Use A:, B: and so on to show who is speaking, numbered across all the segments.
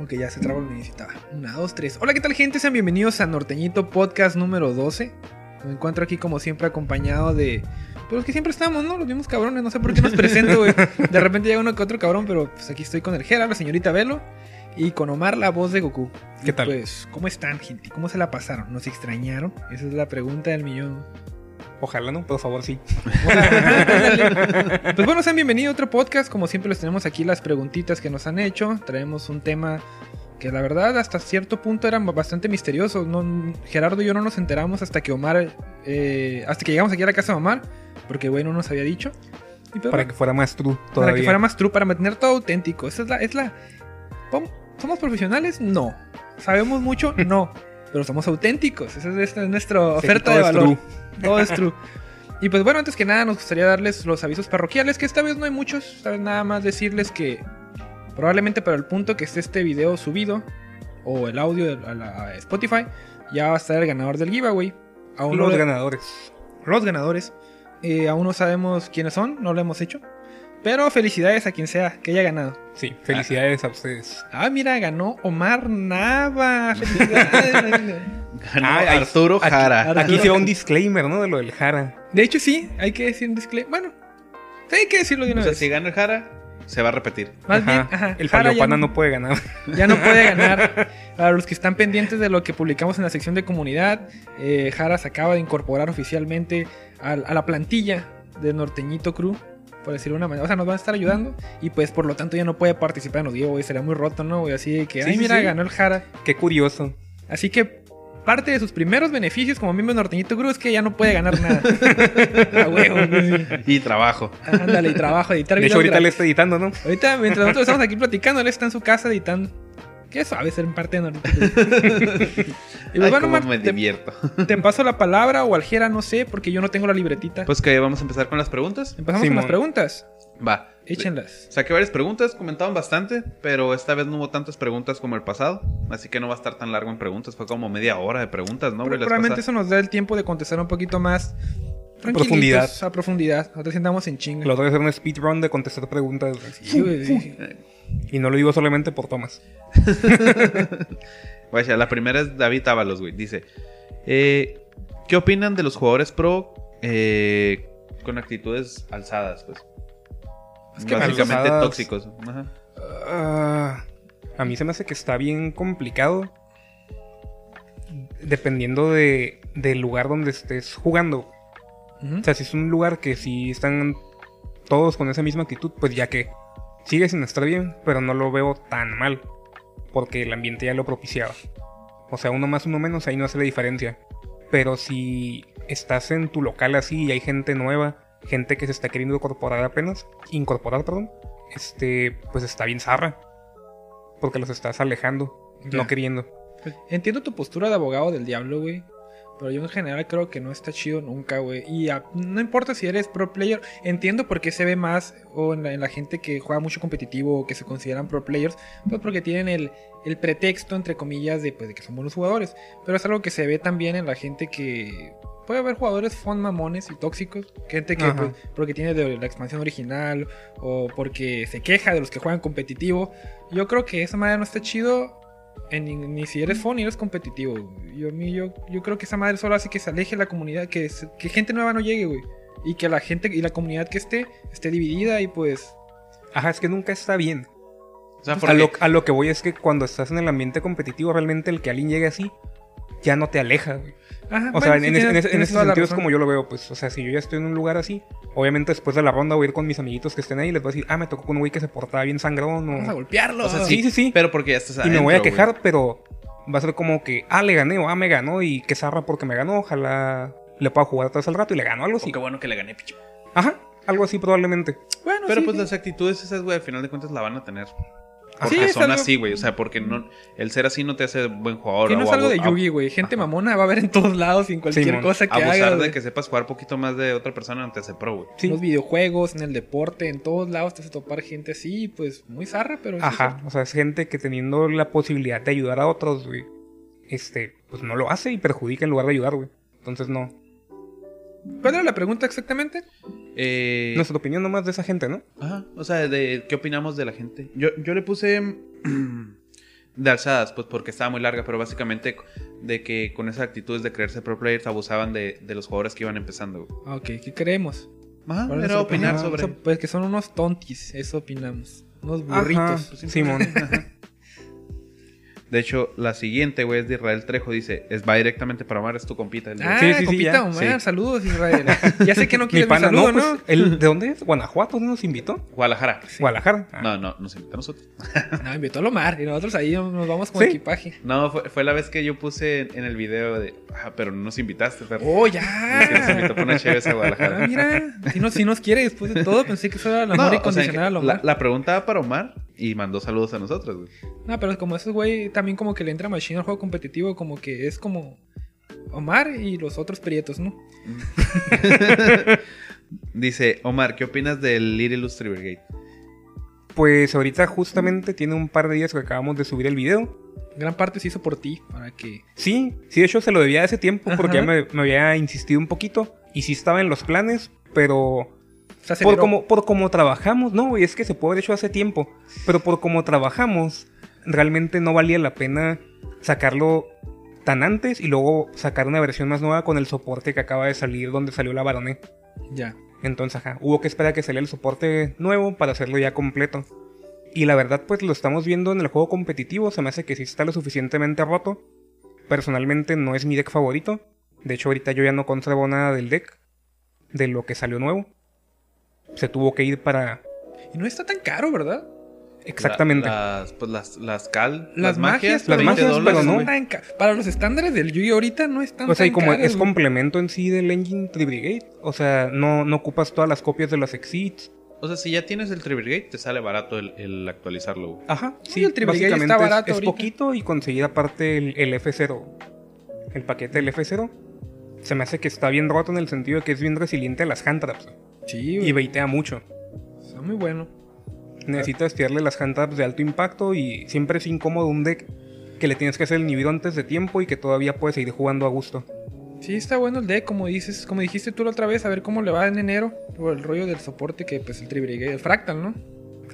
A: Ok, ya se trabó lo que necesitaba. Una, dos, tres. Hola, ¿qué tal, gente? Sean bienvenidos a Norteñito Podcast número 12. Me encuentro aquí, como siempre, acompañado de. Pues los que siempre estamos, ¿no? Los mismos cabrones. No sé por qué nos presento, güey. De repente llega uno que otro cabrón, pero pues aquí estoy con el Gera, la señorita Velo. Y con Omar, la voz de Goku.
B: ¿Qué
A: Y,
B: tal?
A: Pues, ¿cómo están, gente? ¿Cómo se la pasaron? ¿Nos extrañaron? Esa es la pregunta del millón.
B: Ojalá, ¿no? Por favor, sí.
A: Hola. pues bueno, sean bienvenidos a otro podcast. Como siempre, les tenemos aquí las preguntitas que nos han hecho. Traemos un tema que la verdad hasta cierto punto eran bastante misteriosos. No, Gerardo y yo no nos enteramos hasta que Omar, eh, hasta que llegamos aquí a la casa de Omar, porque bueno, no nos había dicho. Y pues,
B: Para que fuera más true todavía.
A: para que fuera más true, para mantener todo auténtico. Esa es la, es la. ¿Pom- ¿Somos profesionales? No. ¿Sabemos mucho? No. Pero somos auténticos. Esa es, esta es nuestra
B: Sí,
A: oferta
B: todo
A: de
B: es
A: valor.
B: true.
A: Todo es true. Y pues bueno, antes que nada nos gustaría darles los avisos parroquiales, que esta vez no hay muchos, esta vez nada más decirles que probablemente para el punto que esté este video subido o el audio a, la- a Spotify, ya va a estar el ganador del giveaway. Aún no
B: Los
A: lo-
B: ganadores.
A: los ganadores. Eh, aún no sabemos quiénes son, no lo hemos hecho. Pero felicidades a quien sea que haya ganado.
B: Sí, felicidades a ustedes.
A: Ah, mira, ganó Omar Nava. Felicidades.
C: Ganó
B: Ah, ahí-
C: Arturo
B: aquí-
C: Jara.
A: Arturo.
B: Aquí se va un disclaimer, ¿no? De lo del Jara.
A: De hecho, sí, hay que decir un disclaimer. Bueno, sí, hay que decirlo de una
C: O sea,
A: vez.
C: si gana el Jara, se va a repetir.
A: Más
B: Ajá.
A: bien, ajá,
B: El
A: Jara ya,
B: paleopana no puede ganar.
A: ya no puede ganar. Para los que están pendientes de lo que publicamos en la sección de comunidad, eh, Jara se acaba de incorporar oficialmente al- a, la plantilla de Norteñito Crew, por decirlo de una manera. O sea, nos van a estar ayudando y pues por lo tanto ya no puede participar en los Diego, güey. Sería muy roto, ¿no? güey? Así de que,
B: Sí,
A: ay,
B: sí,
A: mira,
B: sí.
A: ganó el Jara.
B: Qué curioso.
A: Así que parte de sus primeros beneficios como miembro de Norteñito Crew es que ya no puede ganar nada. a huevo. güey.
C: Y trabajo.
A: Ándale, y trabajo, editar
B: De hecho,
A: videos
B: ahorita
A: gratis.
B: le está editando, ¿no?
A: Ahorita, mientras nosotros estamos aquí platicando, él está en su casa editando. Qué suave ser parte de Naruto. y pues,
C: Ay,
A: bueno,
C: cómo
A: Mar,
C: me
A: te,
C: divierto.
A: te paso la palabra o aljera, no sé, porque yo no tengo la libretita.
C: Pues que vamos a empezar con las preguntas.
A: Empezamos con
B: Simón.
A: las preguntas.
C: Va.
A: Échenlas.
C: Saqué varias preguntas, comentaban bastante, pero esta vez no hubo tantas preguntas como el pasado. Así que no va a estar tan largo en preguntas. Fue como media hora de preguntas, ¿no?
A: Pero
C: güey? Las
A: probablemente
C: pasadas.
A: eso nos da el tiempo de contestar un poquito más. tranquilitos,
B: Profundidad.
A: A profundidad. Nosotros sentamos en chinga.
B: Lo voy a hacer un speedrun de contestar preguntas.
A: Sí, güey, sí.
B: Y no lo digo solamente por Tomás.
C: Vaya, la primera es David Ábalos, güey. Dice: eh, ¿Qué opinan de los jugadores pro eh, con actitudes alzadas? Pues?
A: Es que
C: Básicamente
B: alzadas-
C: tóxicos. Ajá.
B: Ah, a mí se me hace que está bien complicado. Dependiendo de, del lugar donde estés jugando.
A: Ujú.
B: O sea, si es un lugar que si están todos con esa misma actitud, pues ya que sigue sin estar bien, pero no lo veo tan mal, porque el ambiente ya lo propiciaba. O sea, uno más, uno menos, ahí no hace la diferencia. Pero si estás en tu local así y hay gente nueva, gente que se está queriendo incorporar apenas, incorporar, perdón, este, pues está bien zarra, porque los estás alejando,
A: Ya.
B: no queriendo.
A: Entiendo tu postura de abogado del diablo, güey. Pero yo en general creo que no está chido nunca, güey. Y a- no importa si eres pro player. Entiendo por qué se ve más o en, la, en la gente que juega mucho competitivo o que se consideran pro players. Pues porque tienen el, el pretexto, entre comillas, de, pues, de que son buenos jugadores. Pero es algo que se ve también en la gente que... Puede haber jugadores fon mamones y tóxicos. Gente que
B: Ajá.
A: pues, porque tiene de la expansión original o porque se queja de los que juegan competitivo. Yo creo que esa madre no está chido en- ni, ni si eres fan ni eres competitivo. Yo, a mí- yo, yo creo que esa madre solo hace que se aleje la comunidad, que, se- que gente nueva no llegue, güey. Y que la gente y la comunidad que esté esté dividida y pues...
B: Ajá, es que nunca está bien.
C: O sea,
B: a,
C: Ah, porque-
B: lo, a lo que voy es que cuando estás en el ambiente competitivo, realmente el que alguien llegue así, ya no te aleja, güey.
A: Ajá,
B: O
A: bueno,
B: sea, en,
A: sí
B: en
A: tienes-
B: ese- en ese- en
A: tienes
B: ese
A: toda la
B: sentido es
A: razón.
B: como yo lo veo, pues. O sea, si yo ya estoy en un lugar así, obviamente después de la ronda voy a ir con mis amiguitos que estén ahí y les voy a decir, ah, me tocó con un güey que se portaba bien sangrón
A: Vamos a
B: o...
A: golpearlo.
C: O sea,
B: Sí, sí, sí.
C: Pero porque ya estás
B: y me
C: adentro,
B: voy a
C: güey.
B: quejar, pero va a ser como que, ah, le gané o ah, me ganó y que zarra porque me ganó, ojalá le pueda jugar atrás al rato y le ganó algo
C: Oh,
B: así.
C: qué bueno que le gané, picho.
B: Ajá, algo así probablemente.
A: Bueno,
C: Pero
A: sí,
C: pues
A: sí.
C: las actitudes esas, güey, al final de cuentas la van a tener.
B: Ah,
C: Porque
A: sí, es
C: son
A: algo-
C: así, güey. O sea, porque no, el ser así no te hace buen jugador.
A: Que no
C: o
A: es algo de
C: abu-
A: Yugi, güey. Gente
C: Ajá.
A: mamona va a haber en todos lados y en cualquier
B: Ah. Simón.
A: cosa que
C: abusar
A: haga.
C: de que sepas jugar poquito más de otra persona no te hace pro, güey.
A: En los
B: Sí.
A: videojuegos, en el deporte, en todos lados te vas a topar gente así, pues muy zarra, pero... es
B: Ajá, o sea, es gente que teniendo la posibilidad de ayudar a otros, güey, este, pues no lo hace y perjudica en lugar de ayudar, güey. Entonces no.
A: eso. ¿Cuál era la pregunta exactamente?
C: Eh,
B: Nuestra opinión nomás de esa gente, ¿no?
C: ajá, o sea, de qué opinamos de la gente. Yo, yo le puse mm, de alzadas, pues porque estaba muy larga, pero básicamente de que con esas actitudes de creerse pro players abusaban de, de los jugadores que iban empezando. güey.
A: Ah, Ok, ¿qué creemos?
B: Ah,
C: Ajá,
A: Ahora
C: era
A: nos
C: opinar
A: opinamos,
C: sobre.
A: so- Pues que son unos tontis, eso opinamos. Unos
B: Ajá,
A: burritos.
B: Simón.
A: pues,
C: De hecho, la siguiente, güey, es de Israel Trejo. Dice, es, va directamente para Omar, es tu compita. el güey.
A: Ah,
B: Sí, sí, sí,
A: compita
B: ya.
A: Omar,
C: Sí.
A: saludos Israel. Ya sé que no
B: Mi
A: quieres mi,
B: pana,
A: saludo,
B: no,
A: ¿no?
B: pues, ¿él ¿De dónde es? ¿Guanajuato? ¿Dónde nos invitó?
C: Guadalajara.
B: Guadalajara. Ah,
C: No, no, nos invitamos otro.
A: No, invitó a Omar y nosotros ahí nos vamos con
B: Pues. Sí.
A: equipaje.
C: No, fue, fue la vez que yo puse en, en el video de, ah, pero no nos invitaste, perro.
A: ¡Oh,
C: Es que nos invitó
A: ya!
C: por una chévere a
A: Ah,
C: Guadalajara.
A: mira, si nos, si nos quiere después de todo, pensé que eso era el amor
C: No, o sea,
A: incondicional a
C: la,
A: Omar.
C: la pregunta va para Omar y mandó saludos a nosotros, güey.
A: No, pero como esos güey también como que le entra machino al juego competitivo, como que es como Omar y los otros prietos, ¿no?
C: Dice, Omar, ¿qué opinas del Little Illustrator Gate?
B: Pues ahorita justamente tiene un par de días que acabamos de subir el video.
A: Gran parte se hizo por ti, para que...
B: Sí, sí, de hecho se lo debía hace tiempo porque ya
A: Ajá.
B: me, me había insistido un poquito y sí estaba en los planes, pero
A: se aceleró.
B: por como, por como trabajamos, no, y es que se puede haber hecho hace tiempo, pero por como trabajamos, realmente no valía la pena sacarlo tan antes y luego sacar una versión más nueva con el soporte que acaba de salir donde salió la varoné.
A: Ya.
B: Entonces, ajá, hubo que esperar a que saliera el soporte nuevo para hacerlo ya completo. Y la verdad, pues lo estamos viendo en el juego competitivo, se me hace que sí está lo suficientemente roto. Personalmente no es mi deck favorito. De hecho, ahorita yo ya no conservo nada del deck, de lo que salió nuevo. Se tuvo que ir para...
A: Y no está tan caro, ¿verdad?
B: Exactamente.
C: La- las, pues las, las cal,
A: Las, magias,
B: las
C: 20
B: magias, pero
C: dólares,
B: no.
C: güey.
A: tan ca- Para los estándares del Yu-Gi ahorita no están
B: O sea, y
A: tan
B: como
A: caras,
B: es
A: güey.
B: complemento en sí del engine Tribrigate. O sea, no, no ocupas todas las copias de los exits.
C: O sea, si ya tienes el Trigger Gate, te sale barato el, el actualizarlo, güey.
B: Ajá,
A: y el Triple Gate está
B: básicamente es-
A: barato
B: es,
A: ahorita.
B: poquito y conseguir aparte el, el F0, el paquete del F0. Se me hace que está bien roto en el sentido de que es bien resiliente a las handtraps
A: Sí,
B: y
A: güey.
B: baitea mucho.
A: Está muy bueno.
B: Necesitas tirarle las handtraps de alto impacto y siempre es incómodo un deck que le tienes que hacer el inhibidor antes de tiempo y que todavía puedes seguir jugando a gusto.
A: Sí, está bueno el deck, como dices, como dijiste tú la otra vez, a ver cómo le va en enero por el rollo del soporte que pues el Tribrigade, el Fractal, ¿no?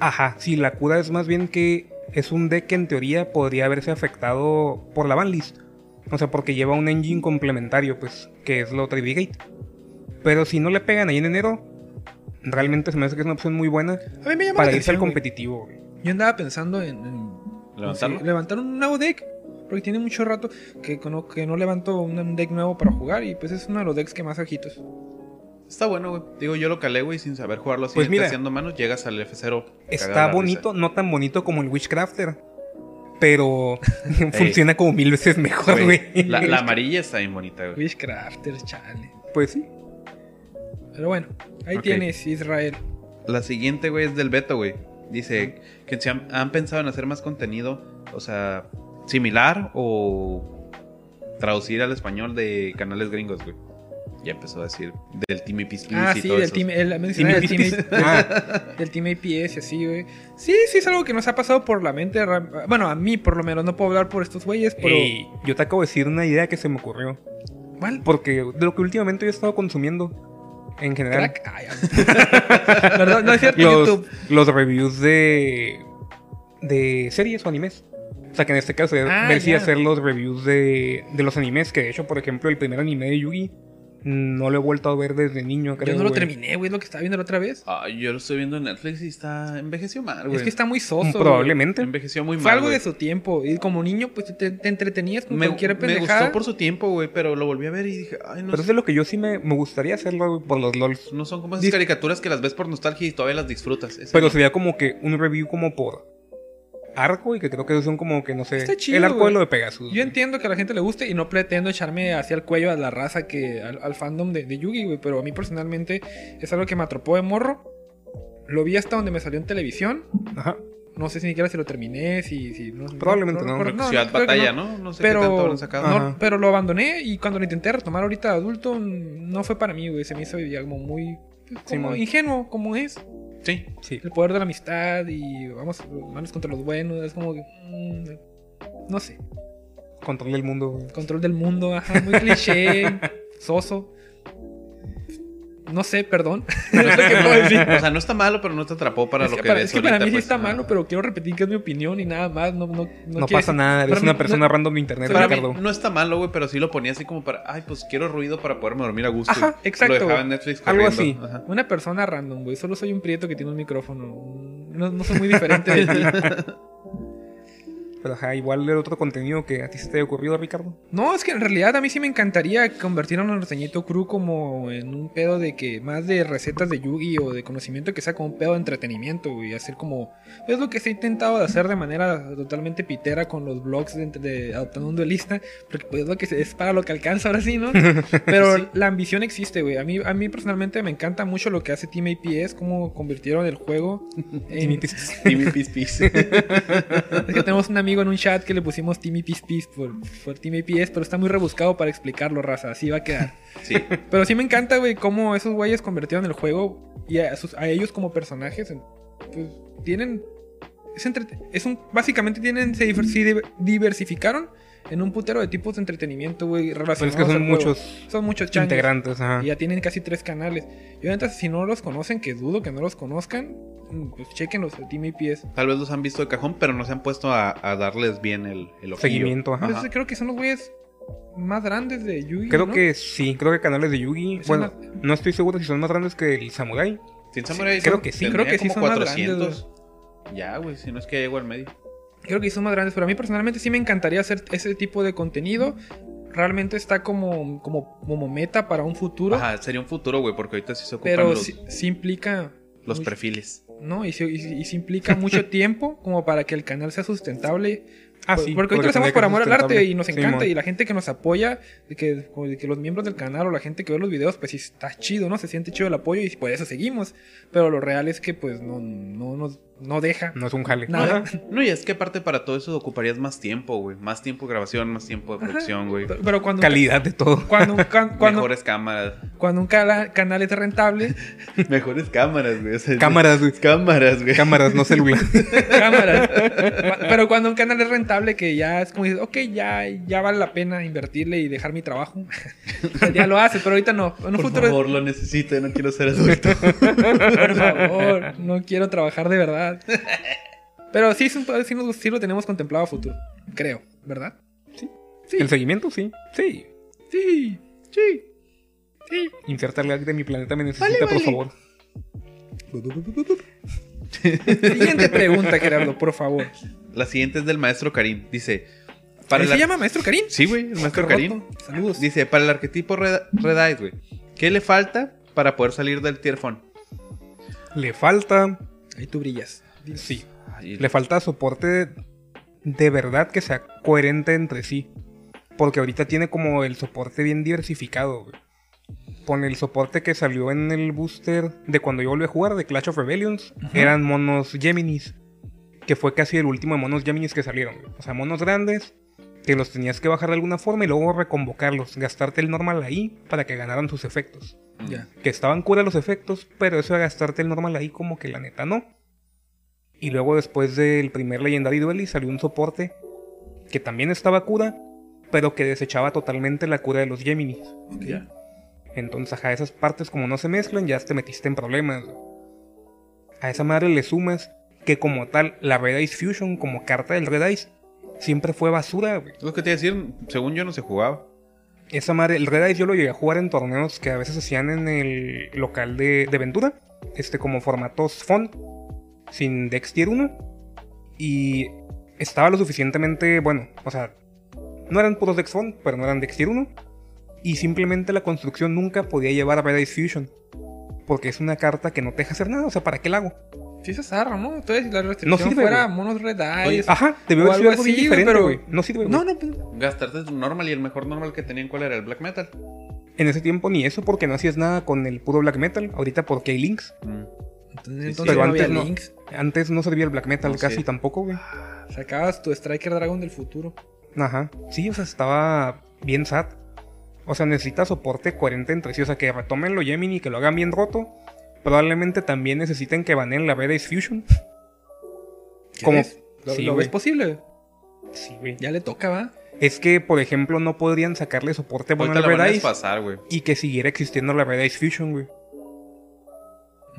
B: Ajá, sí, la cura es más bien que es un deck que en teoría podría haberse afectado por la banlist. O sea, porque lleva un engine complementario, pues, que es lo Tribigate. Pero si no le pegan ahí en enero, realmente se me hace que es una opción muy buena
A: A mí me llama
B: para
A: la
B: irse
A: atención,
B: al
A: güey.
B: competitivo. güey.
A: Yo andaba pensando en, en-
C: ¿Levantarlo?
A: sí, levantar un nuevo deck. Porque tiene mucho rato que no, que no levanto un un deck nuevo para jugar. Y pues es uno de los decks que más agitos.
C: Está bueno, güey. Digo, yo lo calé, güey, sin saber jugarlo así.
B: Pues mira.
C: haciendo manos, llegas al F0. cagada
B: Está
C: la
B: bonito,
C: risa.
B: no tan bonito como el Witchcrafter, pero funciona como mil veces mejor,
C: Güey,
B: güey.
C: La, la amarilla está bien bonita, güey.
A: Witchcrafter, chale.
B: Pues sí.
A: Pero bueno, ahí
C: Ok.
A: tienes Israel.
C: La siguiente, güey, es del Beto, güey. Dice que si han, han pensado en hacer más contenido, o sea, similar o traducir al español de canales gringos, güey. Ya empezó a decir del Team IPS
A: Ah,
C: y
A: sí,
C: todo
A: del
C: eso.
A: team, el, me
B: Y me
A: mencionaba del team,
B: dijiste- Ah,
A: del team APS, así, güey. Sí, sí, es algo que nos ha pasado por la mente. de ra- Bueno, a mí por lo menos, no puedo hablar por estos güeyes, pero.
B: Ey, yo te acabo de decir una idea que se me ocurrió.
A: ¿Cuál?
B: Porque de lo que últimamente yo he estado consumiendo, en general,
A: Crack. Ay, a- Perdón, no es cierto,
B: los,
A: YouTube.
B: los reviews de, de series o animes. O sea, que en este caso,
A: Ah,
B: ver si
A: ya.
B: hacer los reviews de, de los animes. Que de hecho, por ejemplo, el primer anime de Yugi no lo he vuelto a ver desde niño. Creo,
A: Yo no lo
B: güey.
A: terminé, güey, es lo que estaba viendo la otra vez.
C: Ah, yo lo estoy viendo en Netflix y está envejeció mal, güey.
A: Es que está muy soso. güey.
B: Ah, Probablemente.
C: envejeció muy mal.
A: Fue algo
C: güey.
A: de su tiempo. Y como niño, pues te, te entretenías con
C: me,
A: cualquier
C: me
A: pendejada.
C: gustó por su tiempo, güey, pero lo volví a ver y dije, ay, no,
B: Pero eso es lo que yo sí me, me gustaría hacerlo güey, por los LOLs.
C: no son como esas
B: Dis-
C: caricaturas que las ves por nostalgia y todavía las disfrutas. Ese
B: Pero
C: no.
B: sería como que un review como por arco y que creo que son como que, no sé,
A: Está chido,
B: el arco
A: güey.
B: de lo de Pegasus.
A: Yo
B: güey.
A: entiendo que a la gente le guste y no pretendo echarme hacia el cuello a la raza que. al, al fandom de, de Yugi, güey. Pero a mí personalmente es algo que me atropó de morro. Lo vi hasta donde me salió en televisión.
B: Ajá.
A: No sé si ni siquiera si lo terminé, si. si no-
B: Probablemente no.
A: recuerdo.
C: Ciudad
A: creo que
C: Batalla,
A: no.
C: ¿no? No sé qué tanto
A: Pero,
C: habrán sacado.
B: Ajá.
A: no, pero lo abandoné y cuando lo intenté retomar ahorita de adulto, no fue para mí, güey. Se me hizo ya como muy. pues, Como
B: Simón.
A: ingenuo, como es.
C: Sí,
B: Sí.
A: el poder de la amistad y vamos manos contra los buenos, es como que, mm, no sé,
B: Control el mundo. güey.
A: control del mundo, ajá, muy cliché, soso. No sé, perdón. no sé qué puedo decir.
C: O sea, no está malo, pero no te atrapó para
A: es
C: lo
A: que
C: que
A: para,
C: ves
A: es que para
C: ahorita,
A: mí sí
C: pues,
A: está
C: ajá.
A: malo, pero quiero repetir que es mi opinión y nada más. No, no,
B: No,
A: quiere
B: pasa
A: decir-
B: nada,
A: para
B: es
A: mí-
B: una persona
A: no-
B: random de internet,
C: Para mí
B: Ricardo.
C: no está malo, güey, pero sí lo ponía así como para, ay, pues quiero ruido para poderme dormir a gusto.
A: Ajá,
C: y
A: exacto,
C: Lo dejaba
A: güey.
C: en Netflix
B: Algo
C: corriendo.
B: así.
C: Ajá.
A: Una persona random, güey. Solo soy un prieto que tiene un micrófono. No, no soy muy diferente de ti.
B: Pero ajá, igual el otro contenido que a ti se te haya ocurrido, Ricardo.
A: No, es que en realidad a mí sí me encantaría convertir a un norteñito crew como en un pedo de que más de recetas de yugi o de conocimiento que sea como un pedo de entretenimiento, güey. Hacer como. Es lo que se ha intentado de hacer de manera totalmente pitera con los blogs de, de Adoptando un Duelista, porque pues es, lo que se- es para lo que alcanza ahora sí, ¿no? Pero la ambición existe, güey. A mí, a mí personalmente me encanta mucho lo que hace Team APS, cómo convirtieron el juego en,
C: Timmy Pis Pis.
A: es que tenemos un amigo en un chat que le pusimos Timmy Pis Pis por, por Timmy PS, pero está muy rebuscado para explicarlo, raza. Así va a quedar.
C: Sí.
A: Pero sí me encanta, güey, cómo esos güeyes convirtieron el juego y a, sus- a ellos como personajes. en- Pues tienen. Es, entrete- es un. Básicamente tienen. Se, diver- se diver- diversificaron en un putero de tipos de entretenimiento, güey,
B: Pero
A: relacionados.
B: es que
A: al
B: son
A: juego.
B: muchos
A: Son muchos changos.
B: integrantes, ajá.
A: Y ya tienen casi tres canales. Y obviamente, si no los conocen, que dudo que no los conozcan, pues chequenlos, Timmy PS.
C: Tal vez los han visto de cajón, pero no se han puesto a, a darles bien el, el ojillo.
B: Seguimiento, ajá.
A: Pues, creo que son los güeyes más grandes de Yugi.
B: Creo
A: ¿no?
B: que sí, creo que canales de Yugi.
A: Es
B: Bueno,
A: una-
B: no estoy seguro si son más grandes que el Samurai.
C: Sin Samurai
B: creo
C: son-
B: que sí.
C: tendría
A: Creo que sí
C: como
A: son más
C: 400. Ya, güey, si no es que llego al medio.
A: Creo que son más grandes, pero a mí personalmente sí me encantaría hacer ese tipo de contenido. Realmente está como, como, como meta para un futuro,
C: Ajá, sería un futuro, güey, porque ahorita sí se ocupan
A: pero
C: los,
A: sí, sí implica.
C: los
A: mucho-
C: perfiles.
A: No, y sí, y sí- y sí implica mucho tiempo como para que el canal sea sustentable.
B: Ah,
A: Por-
B: sí.
A: porque ahorita lo hacemos
B: tendría que
A: por
B: ser
A: amor al
B: sustentable.
A: arte y nos encanta.
B: Simón.
A: y la gente que nos apoya, de que, como de que los miembros del canal o la gente que ve los videos, pues sí está chido, ¿no? Se siente chido el apoyo y por eso seguimos. Pero lo real es que pues no, no nos no deja.
B: No es un jale.
A: Nada.
B: Ajá.
C: No, y es que aparte para todo eso ocuparías más tiempo, güey. Más tiempo de grabación, más tiempo de producción, güey.
A: Pero, pero cuando,
B: Calidad de todo.
A: cuando, un can- cuando,
C: Mejores cámaras.
A: cuando un cala- canal es rentable,
C: Mejores cámaras, güey. o sea,
B: Cámaras, güey.
C: Cámaras, güey.
B: Cámaras, no celular.
A: cámara. Cu- Pero cuando un canal es rentable, que ya es como dices, ok, ya, ya vale la pena invertirle y dejar mi trabajo. ya lo haces, pero ahorita no. En un
C: Por
A: futuro,
C: favor, lo necesito, no quiero ser adulto.
A: Por favor, no quiero trabajar de verdad. Pero sí, es un, sí, nos- sí lo tenemos contemplado a futuro. Creo, ¿verdad? Sí.
B: El seguimiento, sí. Sí.
A: Sí, sí, sí.
B: Inserta el gag de mi planeta me necesita, por
A: vale.
B: favor.
A: Siguiente pregunta, Gerardo, por favor.
C: La siguiente es del maestro Karim. Dice.
A: ¿Para
C: la-
A: ¿Eh, ¿Se llama Maestro Karim?
C: Sí, güey, el maestro Karim.
A: Roto. Saludos.
C: Dice, para el arquetipo Red, Red Eyes, güey. ¿Qué le falta para poder salir del tier phone?
B: Le falta.
A: Ahí tú brillas. Dime.
B: Sí.
C: Ay,
B: Le falta soporte de verdad que sea coherente entre sí. Porque ahorita tiene como el soporte bien diversificado, güey. Pone el soporte que salió en el booster de cuando yo volví a jugar de Clash of Rebellions. Eran monos Geminis. Que fue casi el último de monos Geminis que salieron. güey. O sea, monos grandes. Que los tenías que bajar de alguna forma y luego reconvocarlos. Gastarte el normal ahí para que ganaran sus efectos
C: mm.
A: Ya.
B: que estaban cura los efectos, pero eso de gastarte el normal ahí como que la neta no. Y luego después del primer Legendary Duelist salió un soporte que también estaba cura, pero que desechaba totalmente la cura de los Geminis.
A: Ok.
C: Ya.
B: Entonces, ajá, esas partes como no se mezclan, ya te metiste en problemas. A esa madre le sumas que como tal, la Red Ice Fusion como carta del Red Ice siempre fue basura, güey.
C: Lo que te iba a decir, según yo no se jugaba.
B: Esa madre, el Red Ice yo lo llegué a jugar en torneos que a veces hacían en el local de, de Ventura, este como formatos font, sin Dex Tier 1, y estaba lo suficientemente bueno, o sea, no eran puros Dex font, pero no eran Dex Tier 1, y simplemente la construcción nunca podía llevar a Red Ice Fusion, porque es una carta que no te deja hacer nada, o sea, ¿para qué la hago?
A: Sí, se zarra, ¿no? Entonces, si la restricción
B: sirve,
A: fuera
B: güey.
A: monos red
C: Oye,
A: eyes.
B: Ajá, te veo
A: O
B: algo,
A: algo
B: bien
A: así, güey,
B: diferente,
A: pero-
B: güey. No sirve, güey.
A: No, no, pues,
C: Gastarte tu normal y el mejor normal que tenían, ¿cuál era? El black metal.
B: En ese tiempo ni eso, porque no hacías nada con el puro Black Metal, ahorita porque hay links.
C: Mm.
A: entonces,
C: sí,
A: entonces
B: pero
A: no
B: antes
A: había
B: no.
A: links.
B: Antes no servía el black metal
C: No,
B: casi
C: sí.
B: tampoco, güey.
A: Sacabas tu Striker Dragon del futuro.
B: Ajá. Sí, o sea, estaba bien sad. O sea, necesita soporte coherente entre sí. O sea, que retomen lo Gemini y que lo hagan bien roto. Probablemente también necesiten que baneen la Red Ice Fusion. Como-
A: ¿Ves? ¿Lo,
B: Sí,
A: lo
B: güey.
A: ves posible?
B: Sí, güey.
A: Ya le toca, ¿va?
B: Es que, por ejemplo, no podrían sacarle soporte bueno a
C: Ahorita
B: la
C: la van a
B: Red Ice
C: desfasar, güey.
B: y que siguiera existiendo la Red Ice Fusion, güey.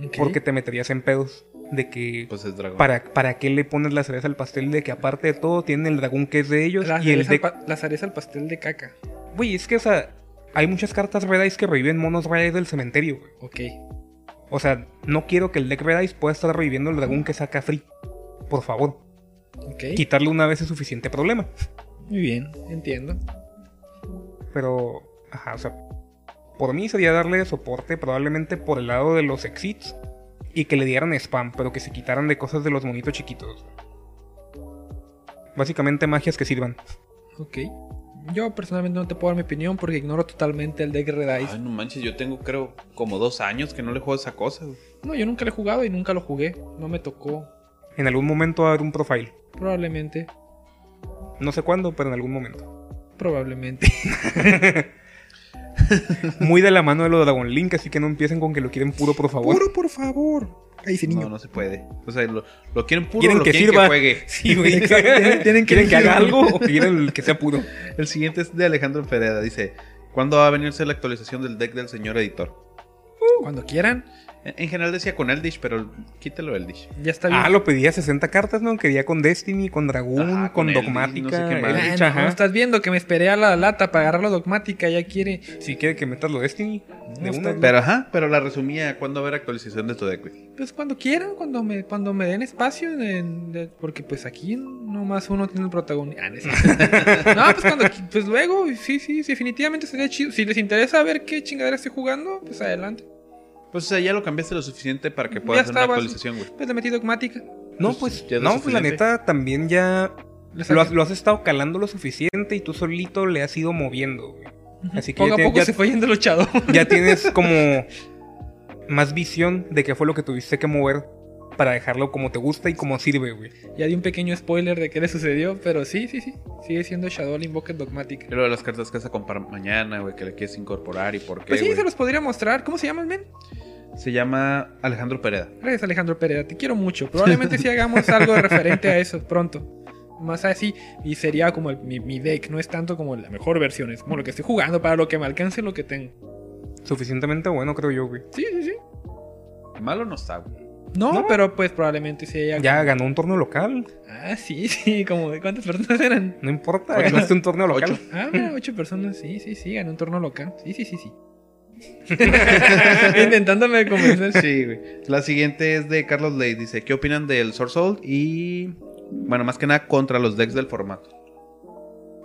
A: Ok.
B: Porque te meterías en pedos de que...
C: Pues es dragón.
B: ¿Para, ¿Para qué le pones la cereza al pastel de que aparte de todo tienen el dragón que es de ellos
A: la
B: y el
A: cereza,
B: de
A: al pa- la cereza al pastel de caca.
B: Güey, es que, o sea, hay muchas cartas Red Eyes que reviven monos Red Eyes del cementerio, güey.
A: Ok.
B: O sea, no quiero que el deck Red Eyes pueda estar reviviendo el dragón que saca Free. Por favor,
A: Ok.
B: quitarle una vez es suficiente problema.
A: Muy bien, entiendo.
B: Pero, ajá, o sea, por mí sería darle soporte probablemente por el lado de los exits y que le dieran spam, pero que se quitaran de cosas de los monitos chiquitos. Básicamente magias que sirvan.
A: Ok. Yo personalmente no te puedo dar mi opinión porque ignoro totalmente el deck Red Eyes.
C: Ay, no manches, yo tengo creo como dos años que no le juego esa cosa, güey.
A: No, yo nunca lo he jugado y nunca lo jugué. No me tocó.
B: En algún momento va a haber un profile.
A: Probablemente.
B: No sé cuándo, pero en algún momento.
A: Probablemente.
B: Muy de la mano de lo de Dragon Link, así que no empiecen con que lo quieren puro, por favor.
A: Puro, por favor. Ahí se
C: No, no se puede. O sea, lo, lo quieren puro,
B: Quieren
C: lo
B: que
C: quieren
B: sirva.
C: que juegue.
B: Sí, güey.
A: Exacto, tienen- tienen que
B: ¿Quieren que
A: elegir.
B: haga algo o quieren que sea puro.
C: El siguiente es de Alejandro Pereda. Dice: ¿Cuándo va a venirse la actualización del deck del señor editor?
A: Cuando quieran.
C: En, en general decía con Eldish, pero quítelo Eldish.
A: Ya está bien.
B: Ah, lo pedía 60 cartas, ¿no? Quería con Destiny, con Dragoon,
C: Ajá,
B: con,
C: Ah, con Eldritch,
B: Dogmática.
C: no sé qué más.
A: Ah,
B: Eldritch,
A: no,
B: ajá.
A: estás viendo que me esperé a la lata para agarrar la dogmática. Ya quiere.
B: Si quiere que metas lo Destiny, de
A: No,
B: una.
A: está-
C: Pero ajá, pero la resumía: ¿Cuándo va a haber actualización de tu deck, güey?
A: Pues cuando quieran, cuando me, cuando me den espacio, en- de- porque pues aquí nomás uno tiene el protagonismo. Ah, no, es cierto. No, pues cuando, qui- pues luego, sí, sí, sí, definitivamente sería chido. Si les interesa ver qué chingadera estoy jugando, pues adelante.
C: Pues o sea, ya lo cambiaste lo suficiente para que
A: Ya
C: pueda hacer una
A: estabas.
C: actualización, güey.
A: Pues le metí dogmática.
B: No,
C: pues,
B: pues,
C: ya es lo
B: no, pues la
C: suficiente.
B: neta también ya
A: Les
B: lo has,
A: saqué.
B: lo has estado calando lo suficiente y tú solito le has ido moviendo. güey.
A: Ujú.
B: así que
A: poco
B: ya
A: a
B: tiene-
A: poco
B: ya-
A: se fue yendo el luchador.
B: Ya tienes como más visión de qué fue lo que tuviste que mover para dejarlo como te gusta y como sirve, güey.
A: Ya di un pequeño spoiler de qué le sucedió, pero sí, sí, sí. Sigue siendo Shadow Invoker Dogmatic.
C: Y lo de las cartas que vas a comprar mañana, güey, que le quieres incorporar y por qué.
A: Pues sí,
C: güey.
A: se los podría mostrar. ¿Cómo se llama el men?
C: Se llama Alejandro Pereda.
A: Gracias, Alejandro Pereda. Te quiero mucho. Probablemente sí hagamos algo referente a eso pronto. Más así, y sería como el- mi, mi deck. No es tanto como la mejor versión, es como lo que estoy jugando para lo que me alcance lo que tengo.
B: Suficientemente bueno, creo yo, güey.
A: Sí, sí, sí.
C: Malo no está, güey.
A: No,
B: No.
A: pero pues probablemente sí haya.
B: Ya ganó un torneo local.
A: Ah, sí, sí. Como de cuántas personas eran.
B: No importa, ganaste un torneo local.
C: Ocho.
A: Ah, mira, ocho personas. Sí, sí, sí. Gané un torno local. Sí, sí, sí, sí. Intentándome convencer.
C: Sí, güey. La siguiente es de Carlos Ley. Dice, ¿qué opinan del Source Old? Y, bueno, más que nada contra los decks del formato.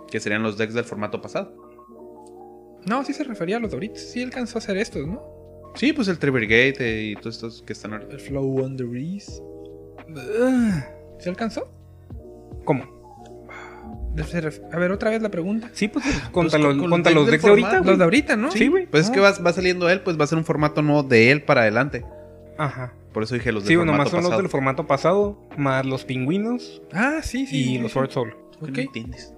C: Que serían los decks del formato pasado.
A: No, sí se refería a los de ahorita. Sí alcanzó a hacer estos, ¿no?
C: Sí, pues el Trevor Gate eh, y todos estos que están ahorita.
A: El Flow on the Reese.
B: Ah,
A: ¿Se alcanzó?
B: ¿Cómo?
A: Se ref- A ver, otra vez la pregunta.
B: Sí, pues contra
C: con-
B: los,
C: con los
B: contra
C: decks
B: los
C: del
B: decks de ahorita.
C: formato.
A: Los
B: Ah, güey.
A: de ahorita, ¿no?
B: Sí, güey.
C: Pues es
A: Ah.
C: que va, va saliendo él, pues va a ser un formato nuevo de él para adelante.
B: Ajá.
C: Por eso dije los del
B: Sí, bueno,
C: formato
B: más son los
C: pasado.
B: del formato pasado, más los pingüinos
A: Ah, sí, sí.
B: y
A: sí,
B: los
A: sí.
B: Sword Soul.
C: ¿Por qué
A: Ok.
C: no entiendes?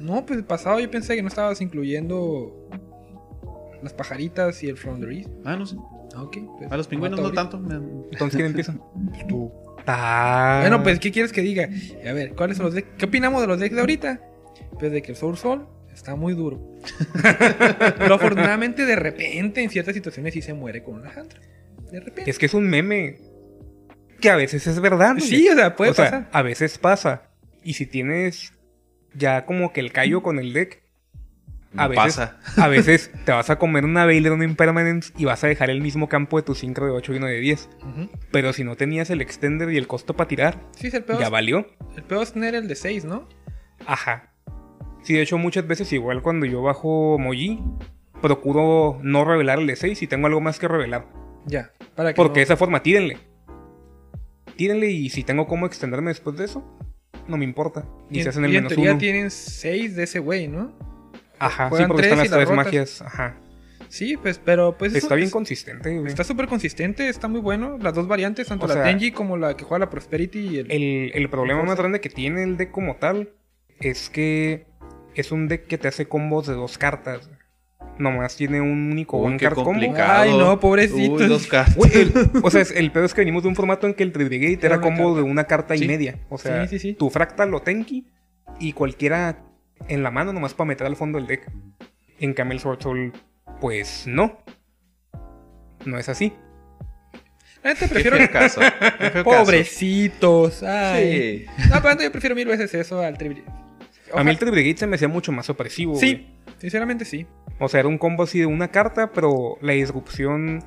A: No, pues el pasado yo pensé que no estabas incluyendo las pajaritas y el From the East.
C: Ah, no sé.
A: Ah, ok. pues,
C: A los pingüinos no
A: ahorita.
C: tanto. me-
B: Entonces, ¿quién empieza?
A: Tú.
B: Ta-
A: Bueno, pues, ¿qué quieres que diga? A ver, ¿cuáles son los decks? ¿Qué opinamos de los decks de ahorita? Pues de que el Soul Soul está muy duro. Pero afortunadamente, de repente, en ciertas situaciones sí se muere con una Hunter. De repente. Ah,
B: Es que es un meme. Que a veces es verdad. güey.
A: Sí, o sea, puede
B: O sea,
A: pasar.
B: a veces pasa. Y si tienes ya como que el callo con el deck, A
C: me
B: veces.
C: pasa.
B: a veces te vas a comer una Baylor, una Impermanence y vas a dejar el mismo campo de tu 5 de 8 y 1 de 10.
A: Ujú.
B: Pero si no tenías el extender y el costo para tirar,
A: Sí, es el peor.
B: ya valió.
A: El peor es tener el de 6, ¿no?
B: Ajá. Sí, de hecho, muchas veces, igual cuando yo bajo Moji, procuro no revelar el de 6 si tengo algo más que revelar.
A: Ya. Para que
B: Porque
A: no-
B: de esa forma, tírenle. Tírenle y si tengo cómo extenderme después de eso, no me importa. Y,
A: en-
B: se hacen el
A: y en
B: menos
A: teoría
B: uno.
A: tienen 6 de ese güey, ¿no?
B: Ajá, sí,
A: juegan
B: porque
A: tres
B: están
A: y
B: las
A: las
B: tres
A: rotas.
B: magias. Ajá.
A: Sí, pues, pero pues
B: está
A: eso-
B: bien
A: es-
B: consistente, güey.
A: Está súper consistente, está muy bueno. Las dos variantes, tanto
B: O
A: la
B: sea,
A: Tenji como la que juega la Prosperity y el...
B: El, el problema
A: Entonces-
B: más grande que tiene el deck como tal es que es un deck que te hace combos de dos cartas. Nomás tiene un único
C: Uy,
B: one
C: qué
B: card combo.
C: complicado.
A: Ay, no, pobrecitos.
C: Uy, dos cartas.
B: Güey, el- o sea, es- el pedo es que venimos de un formato en que el Trigate
A: Era
B: era
A: una
B: combo
A: carta.
B: de una carta
A: Sí.
B: y media. O sea,
A: Sí, sí, sí.
B: tu fractal o tenki y cualquiera en la mano nomás para meter al fondo del deck. En cambio, el Sword Soul, pues no. No es así.
A: La neta
C: Qué
A: Ah, este prefiero.
C: feo caso. qué feo caso.
A: Pobrecitos. Ay.
C: Sí.
A: No, pero yo prefiero mil veces eso al Triple G.
B: A mí el Triple Gate se me hacía mucho más opresivo. güey.
A: Sí, sinceramente sí.
B: O sea, era un combo así de una carta, pero la disrupción.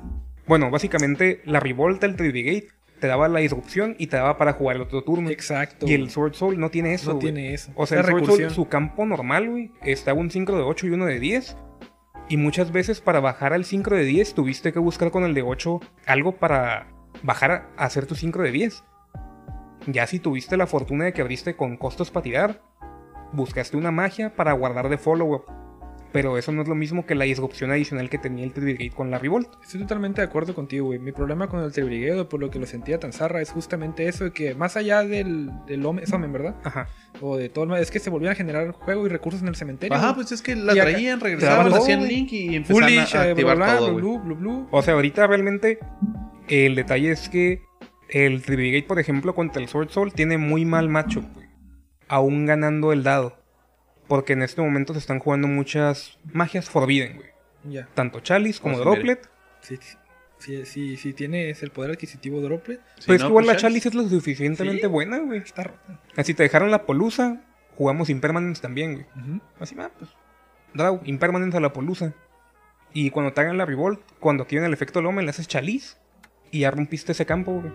B: Bueno, básicamente la revolta del Trigate te daba la disrupción y te daba para jugar el otro turno.
A: Exacto.
B: Y el Sword Soul no tiene eso.
A: no
B: güey.
A: tiene eso.
B: O sea,
A: La
B: el Sword Soul,
A: recursión.
B: su campo normal, güey, estaba un 5 de 8 y uno de 10. Y muchas veces para bajar al 5 de 10 tuviste que buscar con el de 8 algo para bajar a- a hacer tu 5 de 10. Ya si tuviste la fortuna de que abriste con costos para tirar, buscaste una magia para guardar de follow-up. Pero eso no es lo mismo que la disrupción adicional que tenía el Trigger Gate con la Revolt.
A: Estoy totalmente de acuerdo contigo, güey. Mi problema con el Tribriguedo, por lo que lo sentía tan zarra, es justamente eso de que más allá del, del home- es Omen, ¿verdad?
B: Ajá.
A: O de todo, el ma- es que se volvían a generar juego y recursos en el cementerio.
C: Ajá,
A: güey.
C: pues es que la
A: Y acá-
C: traían,
B: Te
C: regresaban,
B: daban
C: hacían
A: todo, güey.
C: link y empezaban
A: Foolish,
C: a
A: eh, bla,
C: activar
A: bla,
C: todo,
A: bla,
C: güey.
A: blu, blu, blu.
B: O sea, ahorita realmente el detalle es que el Tribigate, por ejemplo, contra el Sword Soul tiene muy mal macho, aún ganando el dado. Porque en este momento se están jugando muchas magias Forbidden, güey.
A: Ya.
B: Tanto Chalice como
C: Pues,
B: Droplet.
A: Si sí, sí, sí, sí tienes el poder adquisitivo Droplet,
C: Si
B: pero es
C: no,
B: que igual
C: pues
B: la
C: ya.
B: Chalice es lo suficientemente
A: Sí.
B: buena, güey.
A: está rota.
B: Así te dejaron la Polusa, jugamos Impermanence también, güey.
A: Ujú.
B: Así va, pues. Draw, Impermanence a la Polusa. Y cuando te hagan la Revolt, cuando activen el efecto Lomen, le haces Chalice. Y ya rompiste ese campo, güey.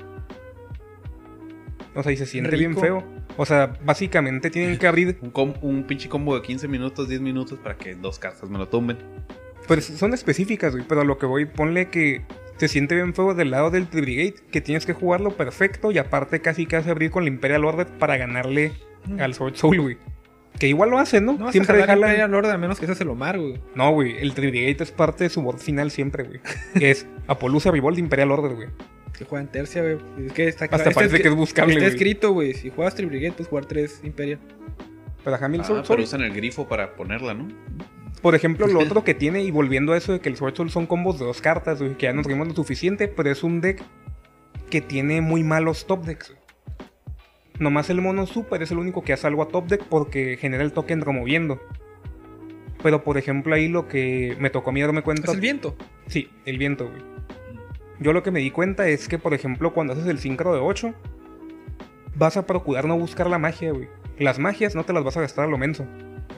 B: O sea, y se siente bien
A: Rico.
B: feo. O sea, básicamente tienen que abrir.
C: Un, com- un pinche combo de 15 minutos, 10 minutos para que dos cartas me lo tumben.
B: Pero pues, son específicas, güey. Pero a lo que voy, ponle que se siente bien feo del lado del Trigate. Que tienes que jugarlo perfecto. Y aparte, casi casi abrir con la Imperial Order para ganarle
A: Mm.
B: al Sword Soul, güey. Que igual lo hacen, ¿no?
A: No vas
B: Siempre
A: a jalar
B: jalan-
A: el al orden a menos que seas el Omar, güey.
B: No, güey, el Trigate es parte de su board final siempre, güey. Que es Apolusa, Revolt, Imperial Order, güey.
A: Que juega en tercia, güey. Es que está
B: Hasta parece que es buscable,
A: Está
B: güey.
A: escrito, güey. Si juegas Triple Gate, puedes jugar 3 Imperial.
B: Pero ajá, a mí el
C: Ah,
B: Sword
C: pero
B: Soul,
C: usan el grifo para ponerla, ¿no?
B: por ejemplo, lo otro que tiene, y volviendo a eso de que el Sword Soul son combos de dos cartas, güey, que ya nos rimos lo suficiente, pero es un deck que tiene muy malos top decks. güey. Nomás el mono super es el único que hace algo a top deck porque genera el token removiendo. Pero por ejemplo ahí lo que me tocó a mí darme cuenta...
A: Es el viento.
B: Sí, el viento, güey. Yo lo que me di cuenta es que, por ejemplo, cuando haces el sincro de 8, vas a procurar no buscar la magia, güey. Las magias no te las vas a gastar a lo menso,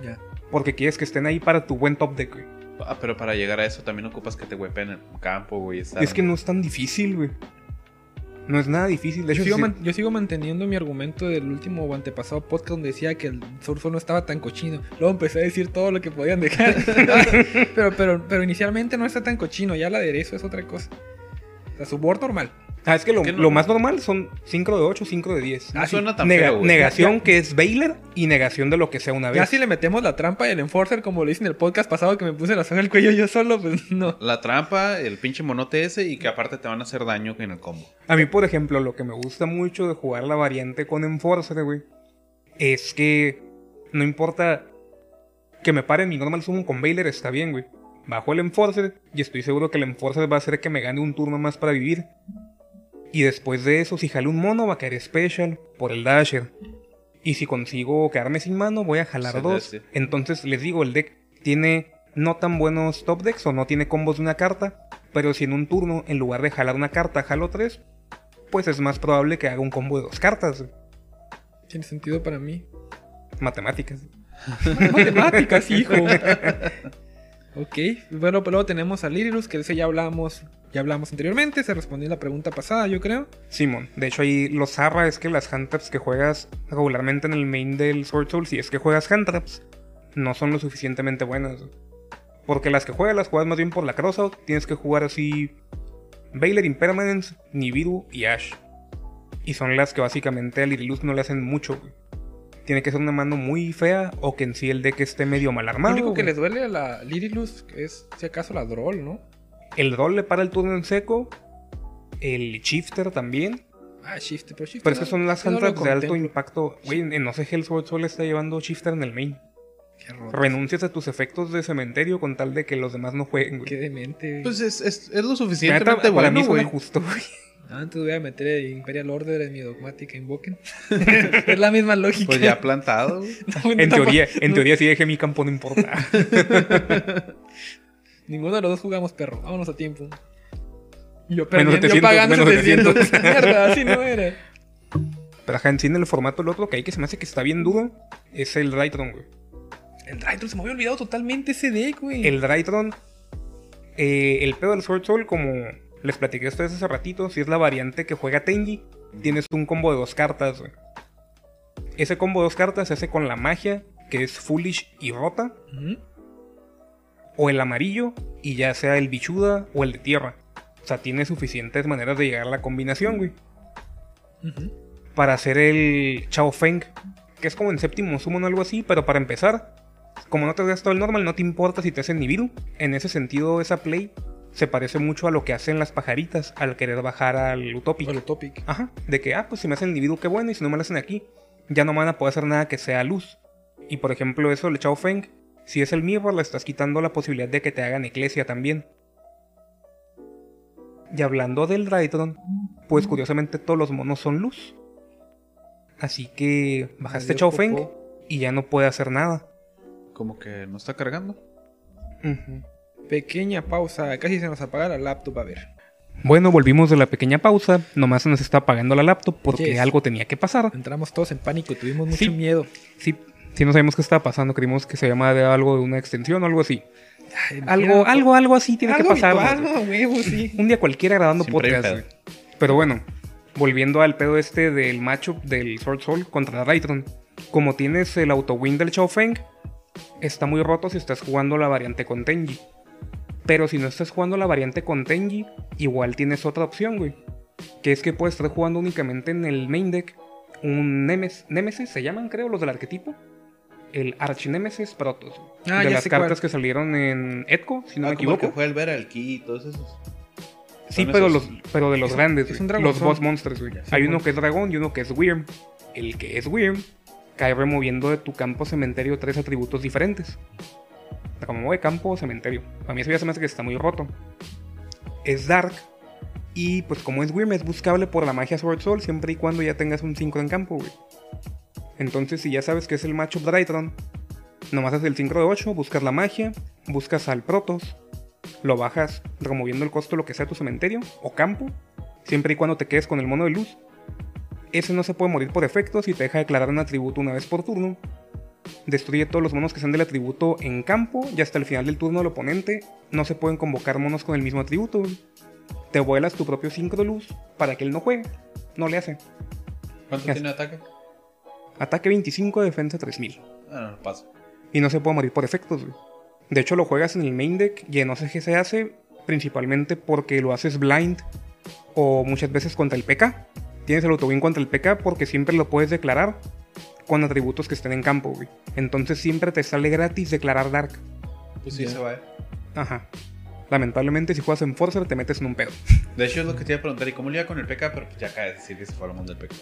A: Ya.
B: porque quieres que estén ahí para tu buen top deck, güey.
C: Ah, pero para llegar a eso también ocupas que te huepen el campo, güey. estar-
B: Es que no es tan difícil, güey. No es nada difícil. De
A: Yo sigo,
B: hecho, sí-
A: man- yo sigo manteniendo mi argumento del último o antepasado podcast donde decía que el surso no estaba tan cochino. Luego empecé a decir todo lo que podían dejar. pero, pero, pero inicialmente no está tan cochino. Ya la aderezo es otra cosa. O sea, su board normal.
B: Ah, es que lo,
C: que no-
B: lo más normal son sincro de 8, sincro de 10.
C: No suena tan
B: Nega-
C: feo, güey.
B: negación que es Baylor y negación de lo que sea una
A: Ya
B: vez.
A: si le metemos la trampa y el enforcer, como lo hice en el podcast pasado que me puse la soga al cuello yo solo, pues no.
C: La trampa, el pinche monote ese y que aparte te van a hacer daño en el combo.
B: A mí, por ejemplo, lo que me gusta mucho de jugar la variante con Enforcer, güey, es que no importa que me paren mi normal sumo con Baylor, está bien, güey. Bajo el Enforcer y estoy seguro que el Enforcer va a hacer que me gane un turno más para vivir. Y después de eso, si jalo un mono, va a caer Special por el Dasher. Y si consigo quedarme sin mano, voy a jalar
C: Sí,
B: dos.
C: sí.
B: Entonces, les digo, el deck tiene no tan buenos top decks o no tiene combos de una carta. Pero si en un turno, en lugar de jalar una carta, jalo tres, pues es más probable que haga un combo de dos cartas. güey.
A: Tiene sentido para mí.
B: Matemáticas.
A: Matemáticas, hijo. ok, bueno, pero luego tenemos al Irilus, que de ese ya hablamos, ya hablamos anteriormente, se respondió en la pregunta pasada, yo creo.
B: Simón, de hecho ahí lo zarra es que las handtraps que juegas regularmente en el main del Sword Soul, si es que juegas handtraps, no son lo suficientemente buenas. güey. Porque las que juegas las juegas más bien por la crossout, tienes que jugar así Baylor Impermanence, Nibiru y Ash. Y son las que básicamente al Iriluz no le hacen mucho. güey. Tiene que ser una mano muy fea o que en sí el deck esté medio mal
A: Lo
B: armado.
A: único que
B: güey.
A: les duele a la Irilus es, si acaso, la Droll, ¿no?
B: El Droll le para el turno en seco. El Shifter también.
A: Ah, Shift, pero Shift.
B: Pero esas son las
A: yo no lo
B: handtraps de alto
A: contemplo.
B: impacto. Güey, en no sé Hell's Sword Soul está llevando Shifter en el main.
A: Qué roto,
B: Renuncias a tus efectos de cementerio con tal de que los demás no jueguen, güey.
A: qué demente.
C: Pues es, es, es lo
B: La neta,
C: suficientemente
B: para mí
C: bueno,
B: suena
C: güey.
B: justo, güey.
A: Antes Ah, voy a meter el Imperial Order en mi dogmática Invoquen. es la misma lógica.
C: Pues ya plantado, güey.
A: No, no,
B: En teoría, en
A: no.
B: teoría si deje mi campo no importa.
A: Ninguno de los dos jugamos perro. Vámonos a tiempo. Y Yo,
B: Menos
A: perdiendo, yo
B: 700,
A: pagando
B: menos
A: 700. Mierda, así no era.
B: Pero ajá, en sí, en el formato el otro que hay que se me hace que está bien duro es el Drytron, güey.
A: El Drytron se me había olvidado totalmente ese deck, güey.
B: El Drytron, eh, el pedo del Sword Soul, como les platiqué a ustedes hace ratito, si es la variante que juega Tenji, tienes un combo de dos cartas, güey. Ese combo de dos cartas se hace con la magia, que es Foolish y Rota,
A: Ujú.
B: o el amarillo, y ya sea el Bichuda o el de Tierra. O sea, tiene suficientes maneras de llegar a la combinación, güey.
A: Ujú.
B: para hacer el Chao Feng, que es como en séptimo sumo o algo así, pero para empezar, como no te has gastado el normal, no te importa si te hacen Nibiru. En ese sentido, esa play se parece mucho a lo que hacen las pajaritas al querer bajar al Utopic.
A: Bueno, topic.
B: Ajá, de que, ah, pues si me hacen Nibiru, qué bueno, y si no me lo hacen aquí, ya no me van a poder hacer nada que sea luz. Y por ejemplo, eso, el Chao Feng, si es el Mirror, le estás quitando la posibilidad de que te hagan Iglesia también. Y hablando del Raidron, pues curiosamente todos los monos son luz. Así que bajaste
A: Adiós,
B: Chao Feng
A: popó.
B: y ya no puede hacer nada.
C: Como que no está cargando.
B: Ujú.
A: Pequeña pausa. Casi se nos apaga la laptop. A ver.
B: Bueno, volvimos de la pequeña pausa. Nomás se nos está apagando la laptop porque
A: Yes.
B: algo tenía que pasar.
A: Entramos todos en pánico. Tuvimos mucho
B: Sí.
A: miedo.
B: Sí, sí no sabemos qué estaba pasando, creímos que se llamaba de algo de una extensión o algo así.
A: Ay,
B: Algo,
A: imagínate.
B: algo, algo así tiene
A: Algo
B: que pasar.
A: virtual,
B: güey.
A: ¿no? Huevo, sí.
B: Un día cualquiera grabando
C: Siempre hay un
B: podcast.
C: pedo.
B: güey. Pero bueno, volviendo al pedo este del matchup del Sword Soul contra Raytron. Como tienes el auto-win del Chao Feng, está muy roto si estás jugando la variante con Tenji. Pero si no estás jugando la variante con Tenji, igual tienes otra opción, güey. Que es que puedes estar jugando únicamente en el main deck un Nemes Nemesis, se llaman creo los del arquetipo. El Archnemesis Protos. güey.
A: Ah,
B: de
A: ya
B: las
A: sé
B: cartas
A: cuál.
B: que salieron en Etco, si no
C: Ah,
B: me
C: como el
B: equivoco.
C: que fue el Vera, el Ki y todos esos.
B: Sí,
C: Son
B: pero los,
C: esos.
B: pero de los
A: Es un-
B: grandes,
A: es
B: güey.
A: un dragón,
B: los
A: son-
B: boss monsters, güey.
A: Ya, sí,
B: Hay
A: bueno.
B: uno que es dragón y uno que es Wyrm. El que es Wyrm cae removiendo de tu campo cementerio tres atributos diferentes. Como de campo o cementerio. A mí eso ya se me hace que está muy roto. Es Dark. Y pues como es Wyrm, es buscable por la magia Sword Soul siempre y cuando ya tengas un 5 en campo, güey. Entonces, si ya sabes que es el matchup Drytron, nomás haces el 5 de 8, buscas la magia, buscas al Protos, lo bajas removiendo el costo de lo que sea tu cementerio o campo, siempre y cuando te quedes con el mono de luz. Ese no se puede morir por efecto si te deja declarar un atributo una vez por turno. Destruye todos los monos que sean del atributo en campo y hasta el final del turno del oponente no se pueden convocar monos con el mismo atributo. Te vuelas tu propio 5 de luz para que él no juegue. No le hace.
C: ¿Cuánto
B: Ya.
C: tiene de ataque?
B: Ataque 25, defensa 3000.
C: Ah, no, no pasa.
B: Y no se puede morir por efectos, güey. De hecho, lo juegas en el main deck y no sé qué se hace, principalmente porque lo haces blind o muchas veces contra el PK. Tienes el autowin contra el PK porque siempre lo puedes declarar con atributos que estén en campo, güey. Entonces siempre te sale gratis declarar Dark.
C: Pues sí,
A: Ya.
C: se va, eh.
B: Ajá. Lamentablemente, si juegas en Forcer, te metes en un pedo.
C: De hecho, es lo que te iba a preguntar. ¿Y cómo le iba con el PK? Pero pues ya acaba de decir que se fue al mundo del PK.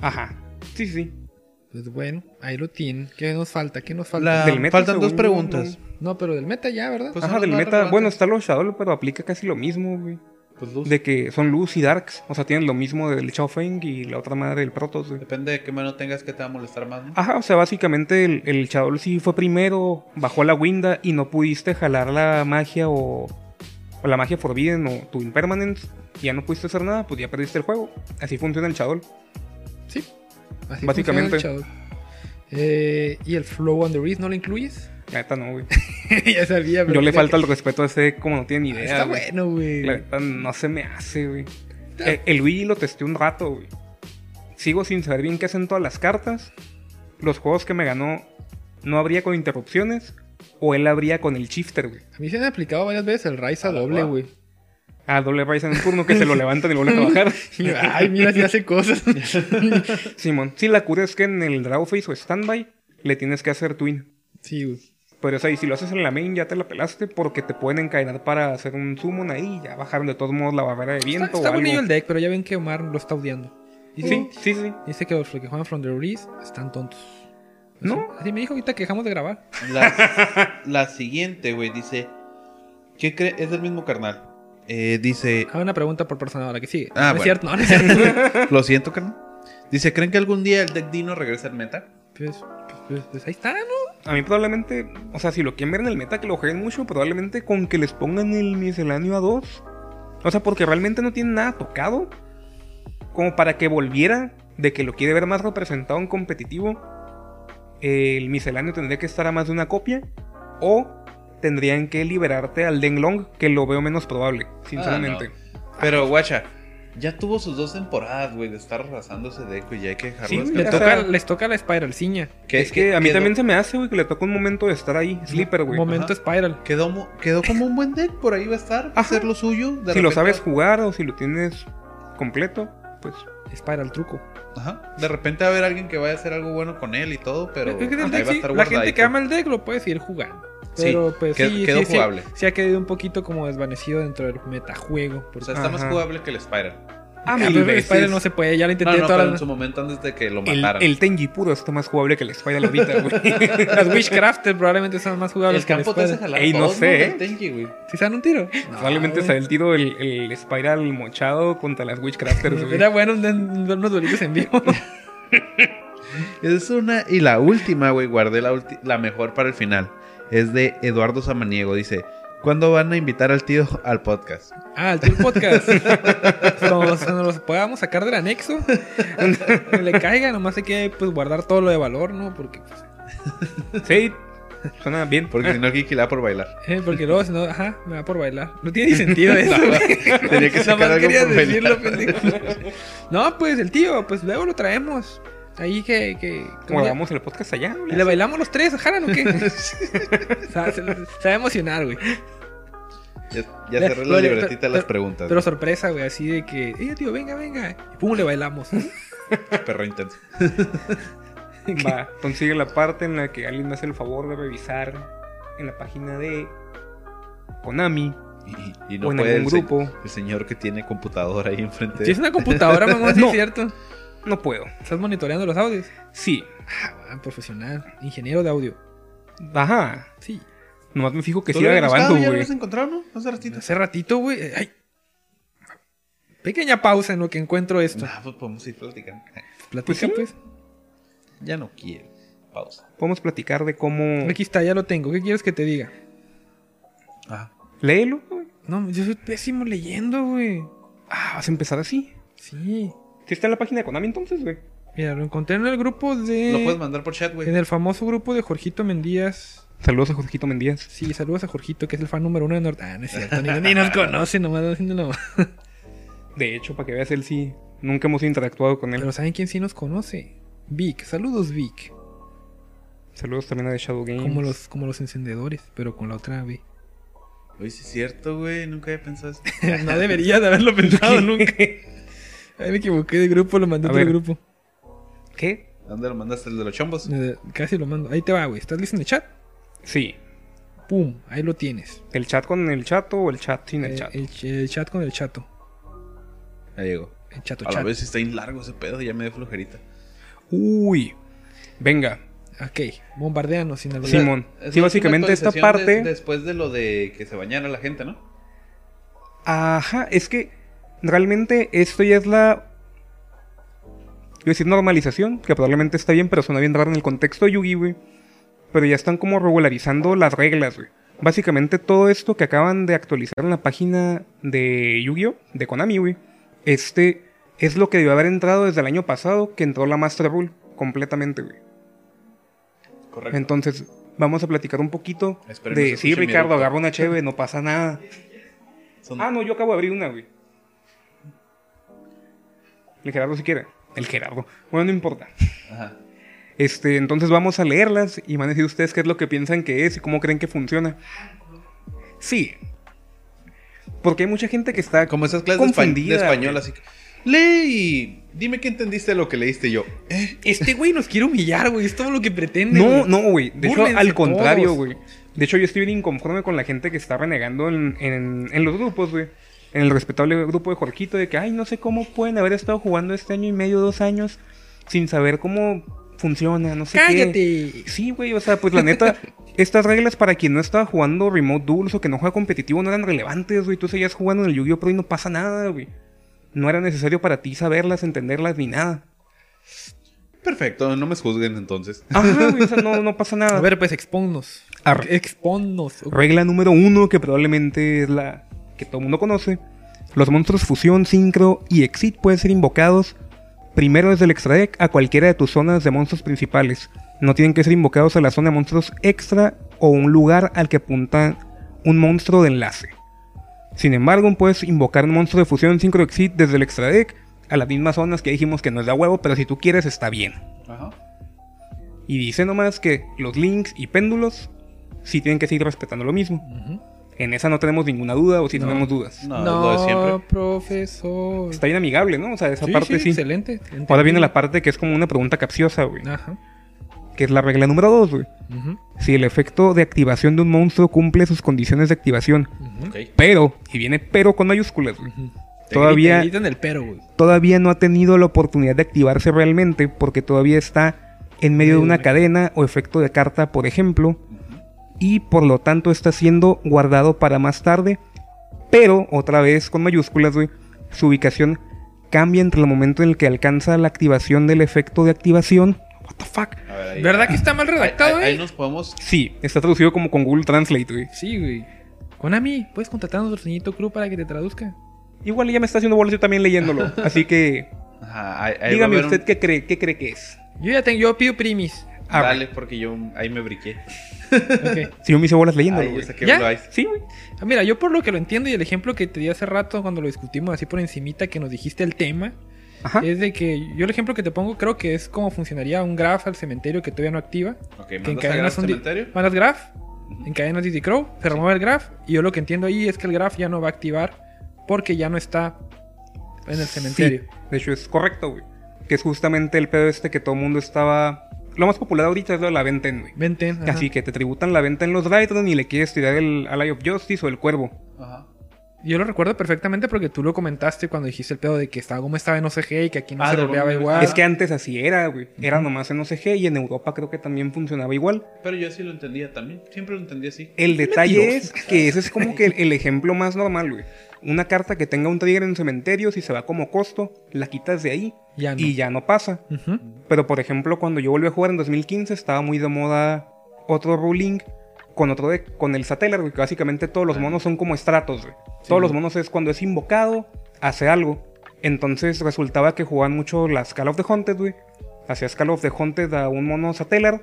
B: Ajá. Sí, sí, sí.
A: Pues bueno, ahí lo tienen. ¿Qué nos falta? ¿Qué nos
C: La-
A: falta?
B: Del meta,
C: faltan dos
B: según yo,
C: preguntas.
B: no.
A: No, pero del meta ya, ¿verdad?
C: Pues- son
B: Ajá,
C: las
B: del
C: más
B: meta.
C: relevantes.
B: Bueno, está los Shadow, pero aplica casi lo mismo, güey.
C: Pues luz.
B: De que son Luz y Darks. O sea, tienen lo mismo del Chao Feng y la otra madre del Protoss, güey.
C: Depende de qué mano tengas que te va a molestar más. ¿no?
B: Ajá, o sea, básicamente el, el Shadow sí fue primero, bajó a la Winda y no pudiste jalar la magia o, o la magia Forbidden o tu Impermanence. Ya no pudiste hacer nada, pues ya perdiste el juego. Así funciona el Shadow.
A: Sí. Así
B: Básicamente.
A: funciona el Shadow. Eh, ¿Y el Flow on the Wrist no lo incluyes?
B: La neta no, güey.
A: ya sabía, pero
B: Yo le
A: mira
B: falta
A: que-
B: el respeto a ese como no tiene ni idea.
A: Ah, Está
B: güey.
A: bueno, güey.
B: La neta no se me hace, güey. El, el Luigi lo testé un rato, güey. Sigo sin saber bien qué hacen todas las cartas. Los juegos que me ganó no habría con interrupciones o él habría con el shifter, güey.
A: A mí se me ha aplicado varias veces el Rise a
C: Ah,
A: doble,
C: va.
A: güey.
B: Ah, doble raíz en un turno que se lo levantan y lo vuelven a bajar.
A: Y yo, Ay, mira, si hace cosas.
B: Simón, si la cura es que en el draw face o standby le tienes que hacer twin.
A: sí, güey.
B: Pero es ahí, si lo haces en la main ya te la pelaste porque te pueden encadenar para hacer un summon ahí y ya bajaron de todos modos la barrera de
A: Está,
B: viento
A: está
B: o algo.
A: bonillo el Mm. deck, pero ya ven que Omar lo está odiando. Y
B: Sí, sí, sí.
A: Dice que los que juegan From the Wrist están tontos.
B: No.
A: Así me dijo ahorita que dejamos de grabar.
C: La, la siguiente, güey, dice. ¿Qué cree? Es del mismo carnal. Eh, dice.
A: Hago una pregunta por persona ahora que sigue.
C: Ah,
A: no
C: bueno.
A: es cierto, no, no es cierto.
C: Lo siento, carnal. Dice, ¿creen que algún día el deck Dino regrese al meta?
A: pues, pues- pues ahí está, ¿no?
B: A mí probablemente, o sea, si lo quieren ver en el meta que lo jueguen mucho, probablemente con que les pongan el misceláneo a 2 O sea, porque realmente no tiene nada tocado. Como para que volviera de que lo quiere ver más representado en competitivo. El misceláneo tendría que estar a más de una copia. O tendrían que liberarte al Denglong, que lo veo menos probable, sinceramente.
C: Pero, guacha, ya tuvo sus dos temporadas, güey, de estar arrasándose de eco y ya hay que dejarlo
B: Sí,
C: descansar.
A: Le
B: o
A: toca,
B: sea-
A: les toca la Spiral Ciña.
C: Que-
B: es que a mí
C: quedó-
B: también se me hace, güey, que le toca un momento de estar ahí, Sleeper, güey.
A: Momento Spiral.
C: Quedó, mu- quedó como un buen deck, por ahí va a estar, va a
B: Ajá.
C: hacer lo suyo. de
B: Si lo
C: repente-
B: sabes jugar o si lo tienes completo, pues.
A: Spiral truco.
C: Ajá. De repente va a haber alguien que vaya a hacer algo bueno con él y todo, pero
A: Es que el
C: ahí
A: deck
C: va a
A: sí,
C: estar
A: la gente que
C: guardadito.
A: ama el deck lo puede seguir jugando.
C: Sí,
A: Pero pues
C: qued-
A: sí,
C: quedó
A: sí, sí,
C: jugable.
A: sí ha quedado un poquito como desvanecido dentro del metajuego.
C: O
A: Porque,
C: sea, está más
B: Ajá.
C: jugable que el Spiral.
A: ah,
B: mil
A: pero el
B: veces.
A: Spiral no se puede, ya lo
C: No,
A: intenté
C: no, pero
A: todas
C: en
A: las...
C: su momento antes de que lo
B: El,
C: mataran.
B: el Tenji puro está más jugable que el Spider ahorita, güey.
A: Las Witchcrafters probablemente son más jugables
C: El campo te hace
A: Spiral.
C: jalar
B: Ey, no
C: todos,
B: sé,
C: Del
B: ¿eh?
C: Tenji, güey.
A: ¿Si se dan un tiro?
B: Probablemente
A: No,
B: sea el tiro el, el Spiral mochado contra las Witchcrafters, güey.
A: Era bueno un- un- unos duelitos en vivo.
C: Es una. Y la última, güey, guardé la, ulti- la mejor para el final. Es de Eduardo Samaniego. Dice: ¿Cuándo van a invitar al tío al podcast?
A: Ah, el Tour Podcast. Como se nos los podamos sacar del anexo. Que le caiga, nomás hay que pues, guardar todo lo de valor, ¿no? Porque, pues,
B: Sí, suena bien. Ah,
C: Porque si no, Kiki la da por bailar.
A: eh, porque luego, si no, ajá, me da por bailar. No tiene ni sentido eso. güey.
C: Tenía que
A: Nada
C: sacar
A: más
C: algo
A: quería
C: por
A: decirlo,
C: bailar.
A: pendejo. No, pues el tío, pues luego lo traemos. Ahí que. que que un día-
B: Guardamos el podcast allá,
A: ¿Y
B: güey.
A: le bailamos los tres, jalan o qué? O sea, se, se va a emocionar, güey.
C: Ya, ya cerré la
A: Oye,
C: libretita de
A: pero-
C: las preguntas.
A: Pero sorpresa, güey, así de que, eh, tío, venga, venga. Y pum, le bailamos.
C: Perro intenso.
B: Va, consigue la parte en la que alguien me hace el favor de revisar en la página de Konami
C: Y, y no
B: o en
C: puede el,
B: algún
C: se-
B: grupo.
C: el señor que tiene computadora ahí enfrente.
A: Si es una computadora, mamón, sí
B: No.
A: es cierto.
B: No puedo.
A: Estás monitoreando los audios.
B: Sí.
A: Ah, profesional. Ingeniero de audio.
B: Ajá.
A: Sí.
B: Nomás me fijo que
C: ¿Tú
B: siga
C: lo habías
B: grabando,
C: buscado? ¿Ya lo
B: güey.
C: habías encontrado, no? Hace ratito.
A: Hace ratito, güey. eh, ay. Pequeña pausa en lo que encuentro esto.
C: Nah, pues podemos ir platicando.
B: pues
A: Platica,
B: sí.
A: pues.
C: Ya no quiero. Pausa.
B: Podemos platicar de cómo.
A: Aquí está, ya lo tengo. ¿Qué quieres que te diga?
C: Ah,
B: Léelo, güey.
A: No, yo soy pésimo leyendo, güey.
B: Ah, vas a empezar así.
A: Sí.
B: Si está en la página de Konami entonces, güey.
A: Mira, lo encontré en el grupo de.
C: lo puedes mandar por chat,
A: En
C: güey.
A: el famoso grupo de Jorgito Mendías.
B: Saludos a Jorgito Mendías.
A: Sí, saludos a Jorgito, que es el fan número uno de Norte. Ah, no es cierto, ni, ni nos conoce, nomás haciéndolo.
B: De hecho, para que veas, él sí. Nunca hemos interactuado con él.
A: Pero ¿saben quién sí nos conoce? Vic, saludos Vic.
B: Saludos también a The Shadow Games.
A: Como los, como los encendedores, pero con la otra B.
C: Oye, sí es cierto, güey. Nunca había pensado esto.
A: no debería de haberlo pensado nunca. Ahí me equivoqué de grupo, lo mandé a
B: A
A: otro
B: ver.
A: grupo.
B: ¿Qué?
C: ¿Dónde lo mandaste? ¿El de los chombos?
A: Eh, Casi lo mando. Ahí te va, güey. ¿Estás listo en el chat?
B: Sí.
A: Pum, ahí lo tienes.
B: ¿El chat con el chato o el chat sin el
A: Eh,
B: chat?
A: El, ch- el chat con el chato.
C: Ya llegó.
A: El chato
C: A la
A: chat.
C: vez está bien largo ese pedo, ya me dio flojerita.
B: Uy. Venga,
A: Ok, bombardeanos sin albedar.
B: Simón.
C: Es
B: Sí,
C: una
B: básicamente esta
C: actualización de-
B: parte.
C: después de lo de que se bañara la gente, ¿no?
B: Ajá, es que realmente esto ya es la. Iba a decir normalización, que probablemente está bien, pero suena bien raro en el contexto de Yugi, güey. Pero ya están como regularizando las reglas, güey. Básicamente todo esto que acaban de actualizar en la página de Yu-Gi-Oh! de Konami, güey. Este es lo que debió haber entrado desde el año pasado, que entró la Master Rule completamente, güey.
C: Correcto.
B: Entonces, vamos a platicar un poquito
C: Espero que no
B: de
C: se
B: sí,
C: escuche mi
B: Ricardo,
C: eructo".
B: agarra una cheve, no pasa nada.
C: Son-
B: Ah, no, yo acabo de abrir una, güey. El Gerardo si quiere. El Gerardo. Bueno, no importa.
C: Ajá.
B: Este, entonces vamos a leerlas y van a decir ustedes qué es lo que piensan que es y cómo creen que funciona. Sí. Porque hay mucha gente que está
C: Como esas clases de, espa- de
B: confundida,
C: español,
B: güey.
C: así que... Lee y dime qué entendiste lo que leíste y yo. ¿Eh?
A: Este güey nos quiere humillar, güey. Es todo lo que pretende.
B: No,
A: güey.
B: no, güey. De hecho,
A: Búrlense
B: al contrario,
A: todos.
B: güey. De hecho, yo estoy bien inconforme con la gente que está renegando en, en- en los grupos, güey. En el respetable grupo de Jorquito, de que, ay, no sé cómo pueden haber estado jugando este año y medio, dos años, sin saber cómo funciona, no sé qué.
A: ¡Cállate!
B: Sí, güey, o sea, pues la neta, estas reglas para quien no estaba jugando Remote Duels o que no juega competitivo no eran relevantes, güey. Tú seguías jugando en el Yu-Gi-Oh! Pro y no pasa nada, güey. No era necesario para ti saberlas, entenderlas ni nada.
C: Perfecto, no me juzguen entonces.
B: Ajá, güey, o sea, no, no pasa nada.
A: A ver, pues expónnos.
B: Arre.
A: Expónnos.
B: Regla número uno, que probablemente es la que todo el mundo conoce. Los monstruos Fusión, Synchro y Exit pueden ser invocados primero desde el Extra Deck a cualquiera de tus zonas de monstruos principales. No tienen que ser invocados a la zona de monstruos extra o un lugar al que apunta un monstruo de enlace. Sin embargo, puedes invocar un monstruo de fusión Synchro Exit desde el Extra Deck a las mismas zonas que dijimos que no es da huevo, pero si tú quieres está bien.
C: Ajá.
B: Y dice nomás que los links y péndulos sí tienen que seguir respetando lo mismo.
A: Ujú.
B: En esa no tenemos ninguna duda o si
A: No.
B: tenemos dudas.
C: No, lo de siempre.
A: profesor.
B: Está bien amigable, ¿no? O sea, esa parte sí.
A: Excelente.
B: Ahora viene la parte que es como una pregunta capciosa, güey.
A: Ajá.
B: Que es la regla número 2, güey.
A: Ujú,
B: Si el efecto de activación de un monstruo cumple sus condiciones de activación.
A: ujú.
C: Ok.
B: Pero, y viene pero con mayúsculas, güey.
A: Ujú.
C: Te
B: Todavía,
A: Te gritan el pero, güey.
B: todavía no ha tenido la oportunidad de activarse realmente porque todavía está en medio de
A: Sí,
B: una
A: güey.
B: cadena o efecto de carta, por ejemplo. Y por lo tanto está siendo guardado para más tarde. Pero, otra vez con mayúsculas, güey, su ubicación cambia entre el momento en el que alcanza la activación del efecto de activación. What the fuck?
C: A ver, ahí-
A: ¿Verdad que está mal
C: ahí-
A: redactado,
C: ahí-
A: eh?
C: Ahí nos podemos.
B: Sí, está traducido como con Google Translate, güey.
A: Sí, güey. Konami, ¿puedes contratar a nuestro señorito Crew para que te traduzca?
B: Igual ya me está haciendo bolas yo también leyéndolo. Así que
C: Ajá, ahí- ahí va a
B: dígame
C: haber un-
B: usted qué cree, qué cree que es.
A: Yo ya tengo, yo pido primis.
B: Ah,
C: Dale, porque yo ahí me briqué.
A: Ok.
B: Si yo me hice bolas leyéndolo,
C: Ahí
B: güey.
C: ya saqué
A: ¿Ya?
C: un Blue Eyes.
B: Sí, güey.
A: Ah, Mira, yo por lo que lo entiendo y el ejemplo que te di hace rato cuando lo discutimos así por encimita que nos dijiste el tema,
B: Ajá.
A: es de que yo el ejemplo que te pongo creo que es cómo funcionaría un graph al cementerio que todavía no activa.
C: Ok,
A: Que
C: mandas a Graf
A: encadenas un di-
C: cementerio.
A: mandas graph, encadenas DD Crow, se remueve el graph y yo lo que entiendo ahí es que el graph ya no va a activar porque ya no está en el cementerio.
B: Sí, de hecho, es correcto, güey. Que es justamente el pedo este que todo el mundo estaba. Lo más popular ahorita es lo de la venta, güey.
A: Vente. ajá.
B: Así que te tributan la venta en los Drytron y le quieres tirar el Ally of Justice o el cuervo.
C: Ajá.
A: Yo lo recuerdo perfectamente porque tú lo comentaste cuando dijiste el pedo de que estaba como estaba en OCG y que aquí no
C: Ah,
A: se
C: de
A: roleaba
C: Romulo.
A: igual.
B: Es que antes así era, güey. Era nomás en OCG y en Europa creo que también funcionaba igual.
C: Pero yo sí lo entendía también. Siempre lo entendí así.
B: El detalle
A: mentiroso.
B: es que ese es como que el, el ejemplo más normal, güey. Una carta que tenga un trigger en cementerio, si se va como costo, la quitas de ahí
A: ya Ah, no.
B: y ya no pasa.
A: Ujú.
B: Pero por ejemplo, cuando yo volví a jugar en 2015, estaba muy de moda otro ruling con otro deck, con el Satellar, güey, que básicamente todos los monos son como estratos, güey. Todos los monos es cuando es invocado, hace algo. Entonces resultaba que jugaban mucho las Call of the Haunted, güey. Hacía Call of the Haunted a un mono Satellar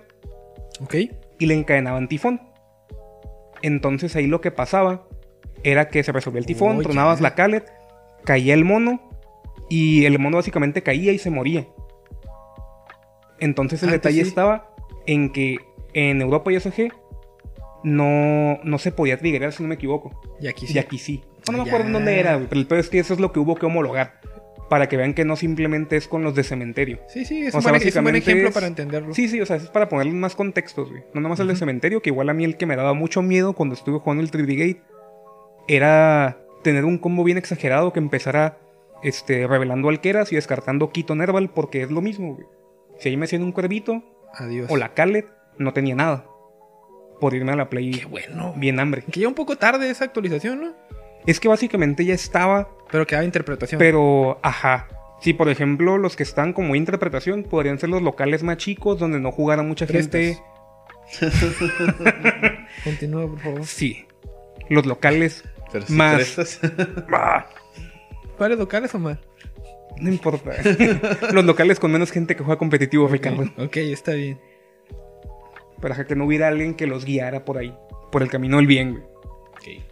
A: Ok.
B: y le encadenaban tifón. Entonces ahí lo que pasaba era que se resolvía el tifón,
A: Oye.
B: tronabas la calet, caía el mono y el mono básicamente caía y se moría. Entonces el
A: Antes
B: detalle
A: sí.
B: estaba en que en Europa y SG no, no se podía triggerar, si no me equivoco.
A: Y aquí sí.
B: Y aquí sí. No, no me
A: Ya.
B: acuerdo en dónde era, güey, pero el peor es que eso es lo que hubo que homologar. Para que vean que no simplemente es con los de cementerio.
A: Sí, sí, es,
B: O
A: un,
B: sea,
A: buen, es un buen
B: básicamente
A: ejemplo
B: es-
A: para entenderlo.
B: Sí, sí, o sea, es para ponerle más contextos, güey. No nomás el de
A: Ujú.
B: cementerio, que igual a mí el que me daba mucho miedo cuando estuve jugando el 3D Gate era tener un combo bien exagerado que empezara este, revelando alqueras y descartando Keaton Herbal, porque es lo mismo, güey. Si ahí me hacían un cuervito
A: Adiós.
B: o la Calet, no tenía nada. Por irme a la play
A: Qué bueno.
B: bien hambre.
A: Que ya un poco tarde esa actualización, ¿no?
B: Es que básicamente ya estaba,
A: Pero que daba interpretación.
B: pero ajá. Si por ejemplo los que están como interpretación podrían ser los locales más chicos donde no jugara mucha gente.
A: Prestas. Continúa, por favor.
B: Sí. Los locales.
C: Pero si
B: Más.
C: prestas-
B: ¡ah!
A: ¿Cuáles locales, Omar?
B: No importa. los locales con menos gente que juega competitivo, Ricardo.
A: Ok, está bien.
B: Para que no hubiera alguien que los guiara por ahí. Por el camino del bien, güey.
C: Ok.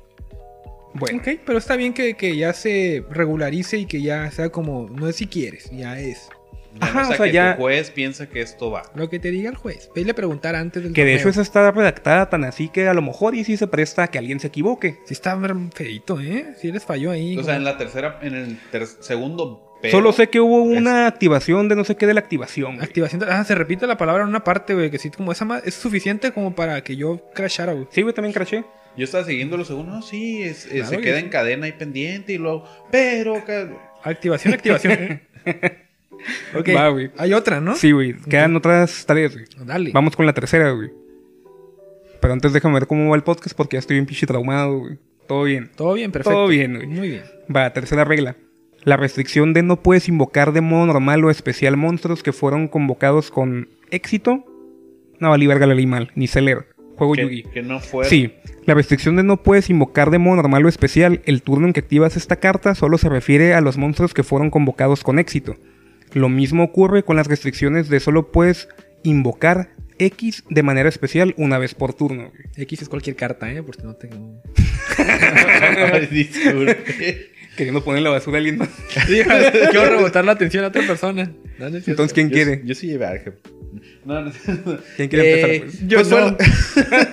B: Bueno.
A: Ok, pero está bien que, que ya se regularice y que ya sea como, no es si quieres, ya es.
C: Ya
B: Ajá,
C: no
B: o
C: sea
B: sea,
C: que
B: ya-
C: tu juez piensa que esto va.
A: Lo que te diga el juez. Pele preguntar antes del
B: Que de hecho
A: torneo.
B: esa está redactada tan así que a lo mejor y sí se presta a que alguien se equivoque.
A: Sí está feito, ¿eh? Si les falló ahí.
C: O sea, en la tercera, en el ter- segundo. pero-
B: Solo sé que hubo
C: es-
B: una activación de no sé qué de la activación. güey.
A: Activación. de- Ah, se repite la palabra en una parte, güey. Que sí, como esa ma- es suficiente como para que yo crashara, güey.
B: Sí, güey, también craché.
C: Yo estaba siguiendo los segundos. No, sí, es- es-
A: Claro
C: se
A: que
C: queda
A: sí.
C: en cadena y pendiente y luego. Pero. ca-
A: Activación, activación. eh. ok.
B: Va, güey.
A: Hay otra, ¿no?
B: Sí, güey. Quedan otras tareas, güey.
A: Dale.
B: Vamos con la tercera, güey. Pero antes déjame ver cómo va el podcast porque ya estoy bien pinche traumado, güey. Todo bien.
A: Todo bien, perfecto.
B: Todo bien, güey.
A: Muy bien.
B: Va, tercera regla. La restricción de no puedes invocar de modo normal o especial monstruos que fueron convocados con éxito. No, vale, verga, la leí mal, ni se lee. juego
C: Que,
B: Yugi.
C: que no fuera.
B: Sí, la restricción de no puedes invocar demonio normal o especial. El turno en que activas esta carta solo se refiere a los monstruos que fueron convocados con éxito. Lo mismo ocurre con las restricciones de solo puedes invocar X de manera especial una vez por turno. güey.
A: X es cualquier carta, ¿eh? Porque no tengo.
C: Ay, disculpe.
B: Queriendo poner la basura a alguien más.
A: quiero rebotar la atención a otra persona. No, no es cierto.
B: Entonces, ¿quién
C: Yo-
B: quiere?
C: Yo, sí llevé a Arkham. No, no, no.
B: ¿Quién quiere
C: Eh,
B: empezar? pues?
A: yo
C: pues
A: no.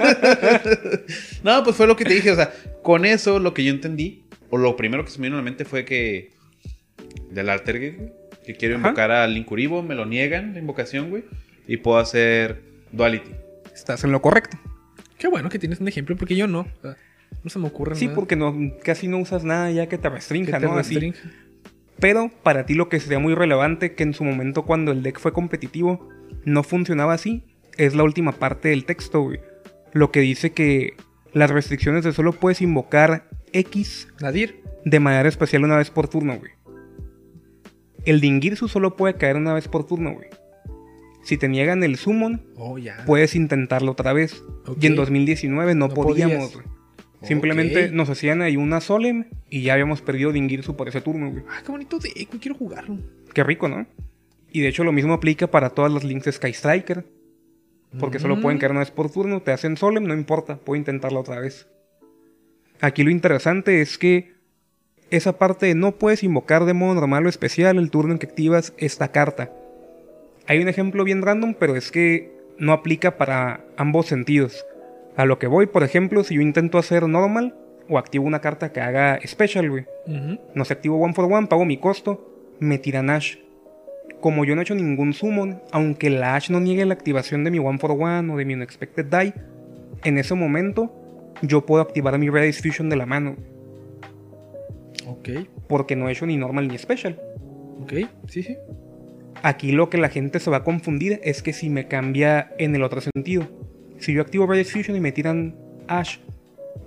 C: fue- no, pues fue lo que te dije. O sea, con eso lo que yo entendí, o lo primero que se me vino a la mente fue que. Del Altergeist, güey, que quiero
B: Ajá.
C: invocar al Incuribo, me lo niegan la invocación, güey. Y puedo hacer Duality.
B: Estás en lo correcto.
A: Qué bueno que tienes un ejemplo, porque yo no. O sea, No se me ocurre
B: Sí,
A: nada
B: porque no, casi no usas nada ya que te
A: que
B: restrinja,
A: te
B: ¿no? Así.
A: restrinja.
B: Pero para ti lo que sería muy relevante, que en su momento cuando el deck fue competitivo no funcionaba así, es la última parte del texto, güey. Lo que dice que las restricciones de solo puedes invocar X
A: Nadir.
B: de manera especial una vez por turno, güey. El Dingirsu solo puede caer una vez por turno, güey. Si te niegan el Summon,
A: Oh, ya.
B: puedes intentarlo otra vez.
A: Ok.
B: Y en 2019 Pues, no,
A: No podías.
B: podíamos, güey. Simplemente
A: Ok.
B: nos hacían ahí una Solemn y ya habíamos perdido Dingirsu por ese turno, güey.
A: Ah, qué bonito deck, güey, quiero jugarlo.
B: Qué rico, ¿no? Y de hecho lo mismo aplica para todas las links de Sky Striker. Porque solo
A: Mm.
B: pueden caer una vez por turno, te hacen Solemn, no importa, puedo intentarla otra vez. Aquí lo interesante es que esa parte de no puedes invocar de modo normal o especial el turno en que activas esta carta. Hay un ejemplo bien random, pero es que no aplica para ambos sentidos. A lo que voy, por ejemplo, si yo intento hacer normal o activo una carta que haga special, güey.
A: Ujú.
B: No se activo one for one, pago mi costo, me tiran Ash. Como yo no he hecho ningún summon, aunque la Ash no niegue la activación de mi one for one o de mi unexpected die, en ese momento yo puedo activar mi Redis Fusion de la mano,
A: Ok,
B: porque no he hecho ni normal ni special.
A: ok, sí, sí.
B: Aquí lo que la gente se va a confundir es que si me cambia en el otro sentido. Si yo activo Redis Fusion y me tiran Ash,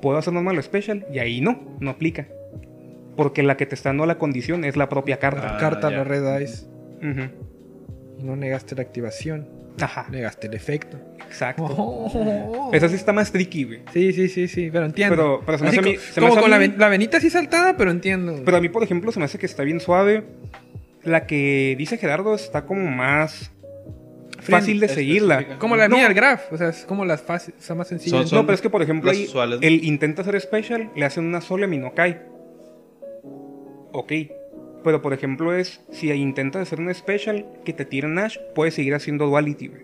B: puedo hacer normal o special, y ahí no, no aplica. Porque la que te está dando la condición es la propia carta.
C: Ah,
A: Carta
C: ya.
A: la red eyes.
B: Ujú.
A: Y no negaste la activación,
B: Ajá.
A: negaste el efecto.
B: Exacto.
A: Oh.
B: Esa sí está más tricky, güey.
A: Sí, sí, sí, sí, pero entiendo.
B: Pero, pero se me
A: Así
B: hace a mí-
A: co-
B: se me
A: como
B: hace a
A: con la,
B: mí-
A: ven- la venita así saltada, pero entiendo.
B: pero a mí, por ejemplo, se me hace que está bien suave. La que dice Gerardo está como más fácil de
C: Específica.
B: seguirla.
A: como la
B: No.
A: mía del graph, o sea, es como las fáciles, o sea, más sencillas.
C: Son-
B: No, pero es que, por ejemplo,
C: las
B: ahí
C: usuales, ¿no?
B: él intenta hacer special, le hacen una sola y no cae. Ok. Pero, por ejemplo, es si intentas hacer un special que te tire Nash, puedes seguir haciendo duality, güey.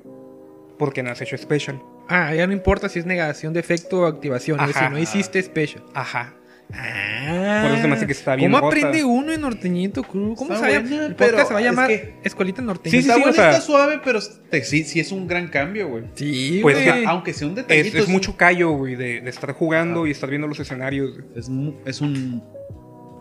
B: Porque no has hecho special.
A: Ah, ya no importa si es negación de efecto o activación, es
B: Ajá.
A: si no hiciste special.
B: Ajá.
A: Ah,
B: Por eso se me hace que está bien
A: ¿Cómo
B: rota.
A: aprende uno en Norteñito Cruz? ¿Cómo
C: Está
A: se llama?
C: buena,
A: El
C: pero
A: podcast se va a
C: es
A: llamar
C: que-
A: Escuelita
B: Sí,
A: Norteñita.
B: sí,
C: está
B: sí, o
C: bueno,
B: sea-
C: está suave, pero te- sí, sí es un gran cambio, güey.
A: Sí,
B: Pues,
A: güey.
B: o sea,
C: Aunque sea un
B: Es,
C: detallito.
B: es mucho callo, güey, de, de estar jugando
C: Ajá.
B: y estar viendo los escenarios. güey.
C: Es, mu- es un,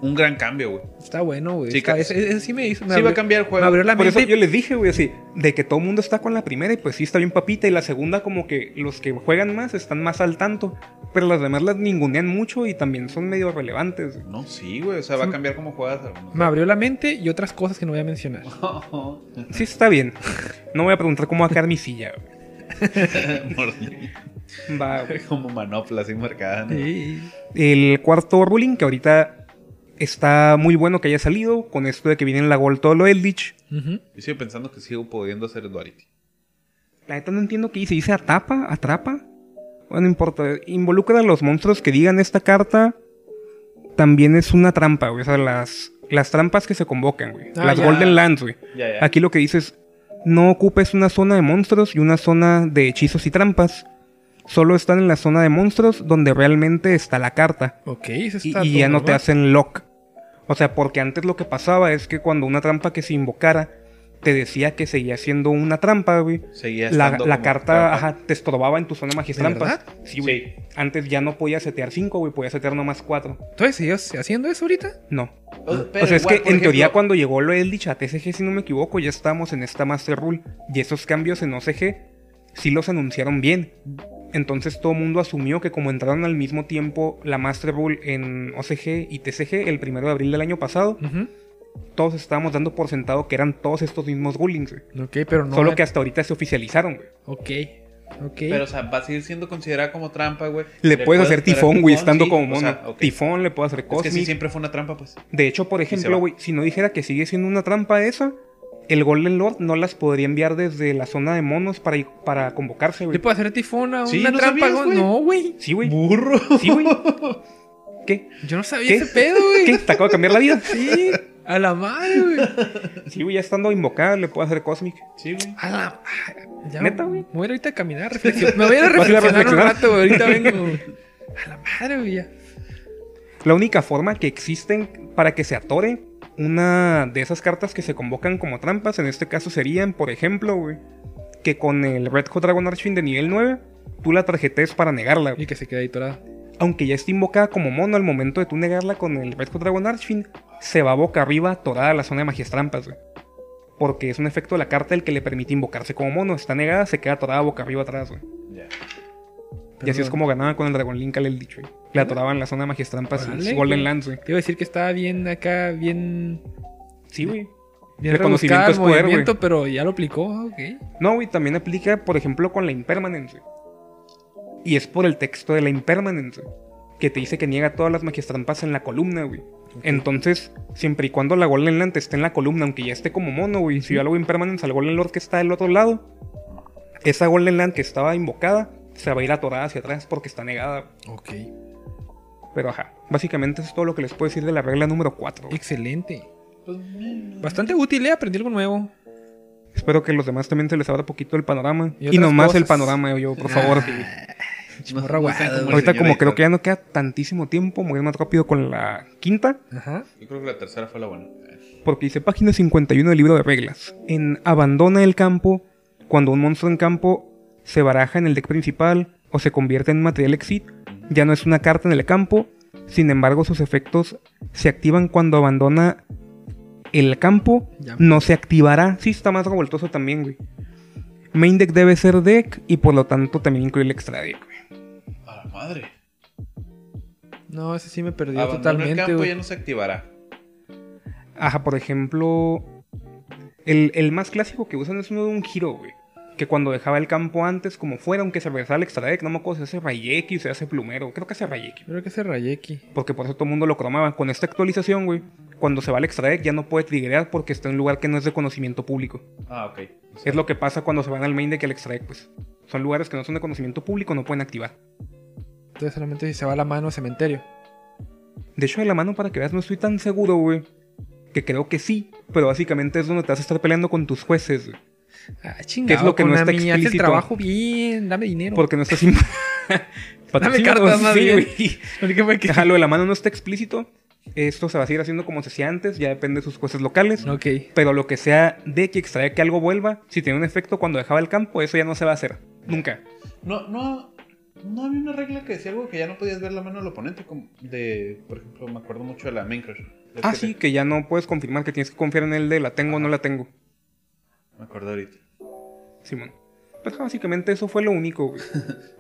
C: un gran cambio, güey.
A: Está bueno, güey.
C: Chicas.
A: Está- ese- ese sí me hizo. me
C: Sí va a
A: abrió-
C: cambiar el
A: Me
C: juego.
A: abrió la
B: Por eso
A: mente.
B: yo les dije, güey, así, de que todo el mundo está con la primera y pues sí está bien papita y la segunda como que los que juegan más están más al tanto, pero las demás las ningunean mucho y también son medio relevantes. güey.
C: No, sí, güey. O sea, va a cambiar cómo juegas.
A: Me abrió la mente y otras cosas que no voy a mencionar.
C: No.
B: Sí está bien. No voy a preguntar cómo va a quedar mi silla. güey. Va, güey.
C: Como manopla así marcada. ¿no?
A: Sí.
B: El cuarto ruling que ahorita está muy bueno que haya salido con esto de que viene la Gol todo lo Eldritch.
A: Ujú.
C: Yo sigo pensando que sigo pudiendo hacer Duality.
B: La neta no entiendo qué dice. ¿Dice atapa? ¿Atrapa? Bueno, no importa. Involucra a los monstruos que digan esta carta. También es una trampa, güey. O sea, las, las trampas que se convocan, güey.
A: Ah,
B: las
A: ya.
B: Golden Lands, güey.
C: Ya, ya.
B: Aquí lo que dice es: no ocupes una zona de monstruos y una zona de hechizos y trampas. Solo están en la zona de monstruos donde realmente está la carta
A: Ok, eso está.
B: y, y
A: todo
B: ya no te
A: normal.
B: hacen lock. O sea, porque antes lo que pasaba es que cuando una trampa que se invocara, te decía que seguía siendo una trampa, güey.
C: Seguía
B: La,
C: estando
B: la
C: como
B: carta
C: trampa.
B: ajá, te estorbaba en tu zona magistral.
A: ¿De verdad?
B: Sí, güey. Antes ya no podías setear 5, güey, podías setear nomás 4.
A: ¿Entonces sigues haciendo eso ahorita?
B: No.
C: O,
B: o sea, es que en teoría cuando llegó lo del dicha TCG, si no me equivoco, ya estábamos en esta Master Rule. Y esos cambios en OCG sí los anunciaron bien. Entonces todo el mundo asumió que como entraron al mismo tiempo la Master Rule en OCG y TCG el primero de abril del año pasado,
A: Ujú.
B: todos estábamos dando por sentado que eran todos estos mismos rulings, güey.
A: Ok, pero no.
B: Solo que hasta ahorita se oficializaron, güey.
A: Ok. Ok.
C: Pero, o sea, va a seguir siendo considerada como trampa, güey.
B: Le, puedes hacer
C: poner
B: tifón, güey, estando
C: sí,
B: como
C: o
B: mono.
C: sea, ok.
B: Tifón, le puedo hacer
C: Es
B: cosmic.
C: que sí, siempre fue una trampa, pues.
B: De hecho, por
C: se
B: ejemplo,
C: va.
B: güey, si no dijera que sigue siendo una trampa esa, el Golden Lord no las podría enviar desde la zona de monos para, para convocarse,
A: ¿Le
B: güey.
A: puedo hacer tifón a una
C: Sí, ¿no
A: trampa?
C: sabías, güey?
A: no, güey.
B: Sí, güey.
C: Burro.
B: Sí, güey. ¿Qué?
A: Yo no sabía
B: ¿Qué?
A: ese pedo, güey.
B: ¿Qué? ¿Te acabo de cambiar la vida?
A: Sí, a la madre, güey.
B: Sí, güey, ya estando invocada le puedo hacer cosmic.
C: Sí, güey.
A: A la ah, ya,
B: ¿Neta, güey?
A: Me voy a ir ahorita a caminar, a reflexionar. Me voy a ir a
B: ¿Vas a ir a
A: reflexionar, un
B: reflexionar?
A: rato, güey. Ahorita vengo. güey. A la madre, güey. ya.
B: La única forma que existen para que se atore una de esas cartas que se convocan como trampas, en este caso serían, por ejemplo, güey, que con el Red Hot Dragon Archfiend de nivel 9, tú la tarjetes para negarla. güey.
A: Y que se queda ahí torada.
B: Aunque ya esté invocada como mono, al momento de tú negarla con el Red Hot Dragon Archfiend, se va boca arriba atorada a la zona de magias trampas, güey. Porque es un efecto de la carta el que le permite invocarse como mono. Está negada, se queda atorada boca arriba atrás, güey.
C: Ya.
B: Y así es como ganaba con el Dragon Link al el dicho, güey. Le atoraban la zona de magias trampas y
A: Órale,
B: su
A: güey.
B: Golden Lands, güey.
A: Te iba a decir que estaba bien acá, bien.
B: Sí, güey.
A: Bien
B: Reconocimiento
A: rebuscado
B: es poder,
A: el movimiento, pero ya lo aplicó, ok.
B: No, güey, también aplica, por ejemplo, con la impermanencia. Y es por el texto de la impermanencia, que te dice que niega todas las magias trampas en la columna, güey. Entonces, siempre y cuando la Golden Land esté en la columna, aunque ya esté como mono, güey, si yo hago impermanence al Golden Lord que está del otro lado, esa Golden Land que estaba invocada se va a ir atorada hacia atrás porque está negada.
A: Ok.
B: Pero ajá, básicamente eso es todo lo que les puedo decir de la regla número 4.
A: Excelente.
C: Pues, mm,
A: Bastante útil, ¿eh? Aprendí algo nuevo.
B: Espero que los demás también se les abra poquito el panorama.
A: Y
B: Y,
A: otras
B: nomás
A: cosas.
B: el
A: Ah,
B: panorama, yo, por favor.
C: no-
A: Morra
C: no sean
A: guada,
C: como el
B: Ahorita
C: señor
B: como creo
C: editor.
B: que ya no queda tantísimo tiempo, voy a ir más rápido con la quinta,
A: Ajá.
C: Yo creo que la tercera fue la buena.
B: porque dice página 51 del libro de reglas. En Abandona el campo, cuando un monstruo en campo se baraja en el deck principal o se convierte en material exit, ya no es una carta en el campo, sin embargo sus efectos se activan cuando abandona el campo,
A: Ya.
B: no se activará. Sí, está más revoltoso también, güey. Main deck debe ser deck y por lo tanto también incluye el extra deck. güey.
C: A la madre.
A: No, ese sí me perdió
C: Abandona el
A: totalmente,
C: campo
A: güey.
C: ya no se activará.
B: Ajá, por ejemplo, el, el más clásico que usan es uno de un giro, güey. Que cuando dejaba el campo antes, como fuera, aunque se regresaba al extra deck, no me acuerdo si hace Rayeki o se hace Plumero. Creo que hace Rayeki.
A: Creo que ese Rayeki.
B: Porque por eso todo el mundo lo cromaba. Con esta actualización, güey, cuando se va al extra deck ya no puede triggerear porque está en un lugar que no es de conocimiento público.
C: Ah, ok. O sea,
B: Es lo que pasa cuando se van al main deck y al extra deck, pues. Son lugares que no son de conocimiento público, no pueden activar.
A: Entonces solamente si se va la mano a cementerio.
B: De hecho, de la mano para que veas, no estoy tan seguro, güey. Que creo que sí, pero básicamente es donde te vas a estar peleando con tus jueces, güey.
A: Ah, chingado.
B: Que es lo que no está
A: Konami, haz el
B: explícito.
A: trabajo bien, dame dinero.
B: Porque no está sin. Patrocínanos,
A: cartas más
B: sí,
A: bien.
B: güey.
A: Porque fue que-
B: Ajá, lo de la mano no está explícito. Esto se va a seguir haciendo como se hacía antes, ya depende de sus jueces locales.
A: Ok.
B: Pero lo que sea de que extraer que algo vuelva, si tiene un efecto cuando dejaba el campo, eso ya no se va a hacer. Nunca.
C: No, no. No había una regla que decía algo que ya no podías ver la mano del oponente. Como de, por ejemplo, me acuerdo mucho de la main crush. Es
B: Ah,
C: que
B: sí,
C: te-
B: que ya no puedes confirmar que tienes que confiar en el de la tengo o no la tengo.
C: Me acuerdo ahorita.
B: Simón. Pero ajá, básicamente eso fue lo único, güey.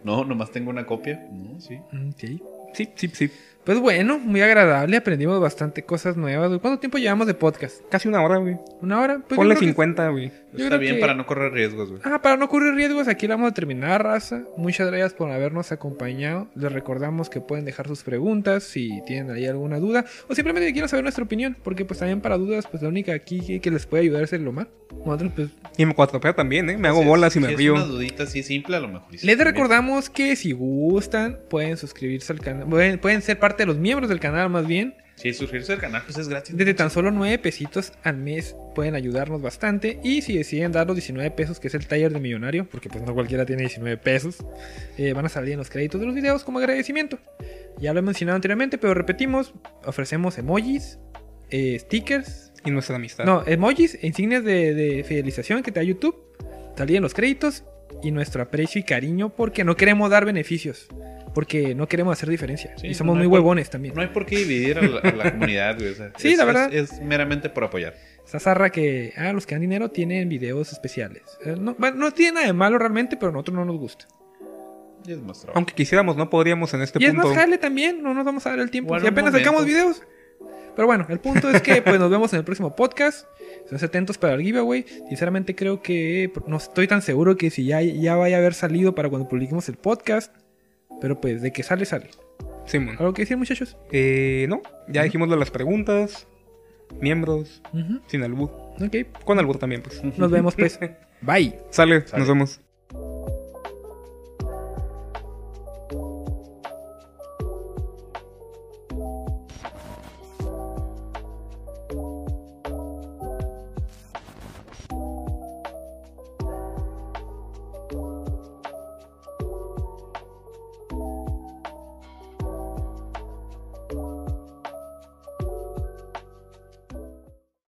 C: No, nomás tengo una copia. No, sí.
A: Ok.
B: Sí, sí, sí.
A: Pues bueno, muy agradable. Aprendimos bastante cosas nuevas. güey. ¿Cuánto tiempo llevamos de podcast?
B: Casi una hora, güey.
A: ¿Una hora? Pues yo
B: Ponle
A: creo que-
B: 50, güey.
A: Yo
C: Está
A: creo
C: bien
A: que-
C: para no correr riesgos, güey.
A: Ah, para no ocurrir riesgos, aquí la vamos a terminar, raza. Muchas gracias por habernos acompañado. Les recordamos que pueden dejar sus preguntas si tienen ahí alguna duda o simplemente quieren saber nuestra opinión, porque pues también para dudas, pues la única aquí que, que les puede ayudar es el Lomar. Nosotros pues
B: Y me cuatropea también, ¿eh? Me hago
C: Si es-
B: bolas y me
C: si
B: río.
C: Es una dudita así simple, a lo mejor. y sí,
A: Les
C: también.
A: recordamos que si gustan pueden suscribirse al canal, pueden, pueden ser parte de los miembros del canal más bien.
C: Sí, suscribirse al canal, pues es gratis.
A: Desde tan solo 9 pesitos al mes pueden ayudarnos bastante y si deciden dar los 19 pesos que es el taller de millonario, porque pues no cualquiera tiene 19 pesos, eh, van a salir en los créditos de los videos como agradecimiento. Ya lo he mencionado anteriormente, pero repetimos, ofrecemos emojis, eh, stickers,
B: Y nuestra amistad.
A: no, emojis, e insignias de, de fidelización que te da YouTube, salir en los créditos y nuestro aprecio y cariño porque no queremos dar beneficios, porque no queremos hacer diferencia
C: Sí,
A: y somos
C: no hay
A: muy
C: por-
A: huevones también.
C: No hay por qué dividir a la, a la comunidad, güey. o sea,
A: Sí,
C: es-
A: la verdad.
C: Es, es meramente por apoyar.
A: Esa zarra que, ah, los que dan dinero tienen videos especiales. Eh, No, bueno, no tiene nada de malo realmente, pero a nosotros no nos gusta.
C: Y es más trabajo.
B: Aunque quisiéramos, no podríamos en este
A: y es
B: punto.
A: más jale también, no nos vamos a dar el tiempo.
C: Bueno,
A: si apenas
C: un momento.
A: sacamos videos. Pero bueno, el punto es que pues nos vemos en el próximo podcast. Estén atentos para el giveaway. Sinceramente creo que no estoy tan seguro que si ya, ya vaya a haber salido para cuando publiquemos el podcast. Pero pues de que sale, sale.
B: Simón.
A: ¿Algo que decir muchachos?
B: Eh, no, ya dijimos lo de las preguntas, miembros,
A: Ujú.
B: sin albur.
A: Ok,
B: Con albur también, pues.
A: nos vemos pues. Bye.
B: Sale,
C: Sale.
B: nos vemos.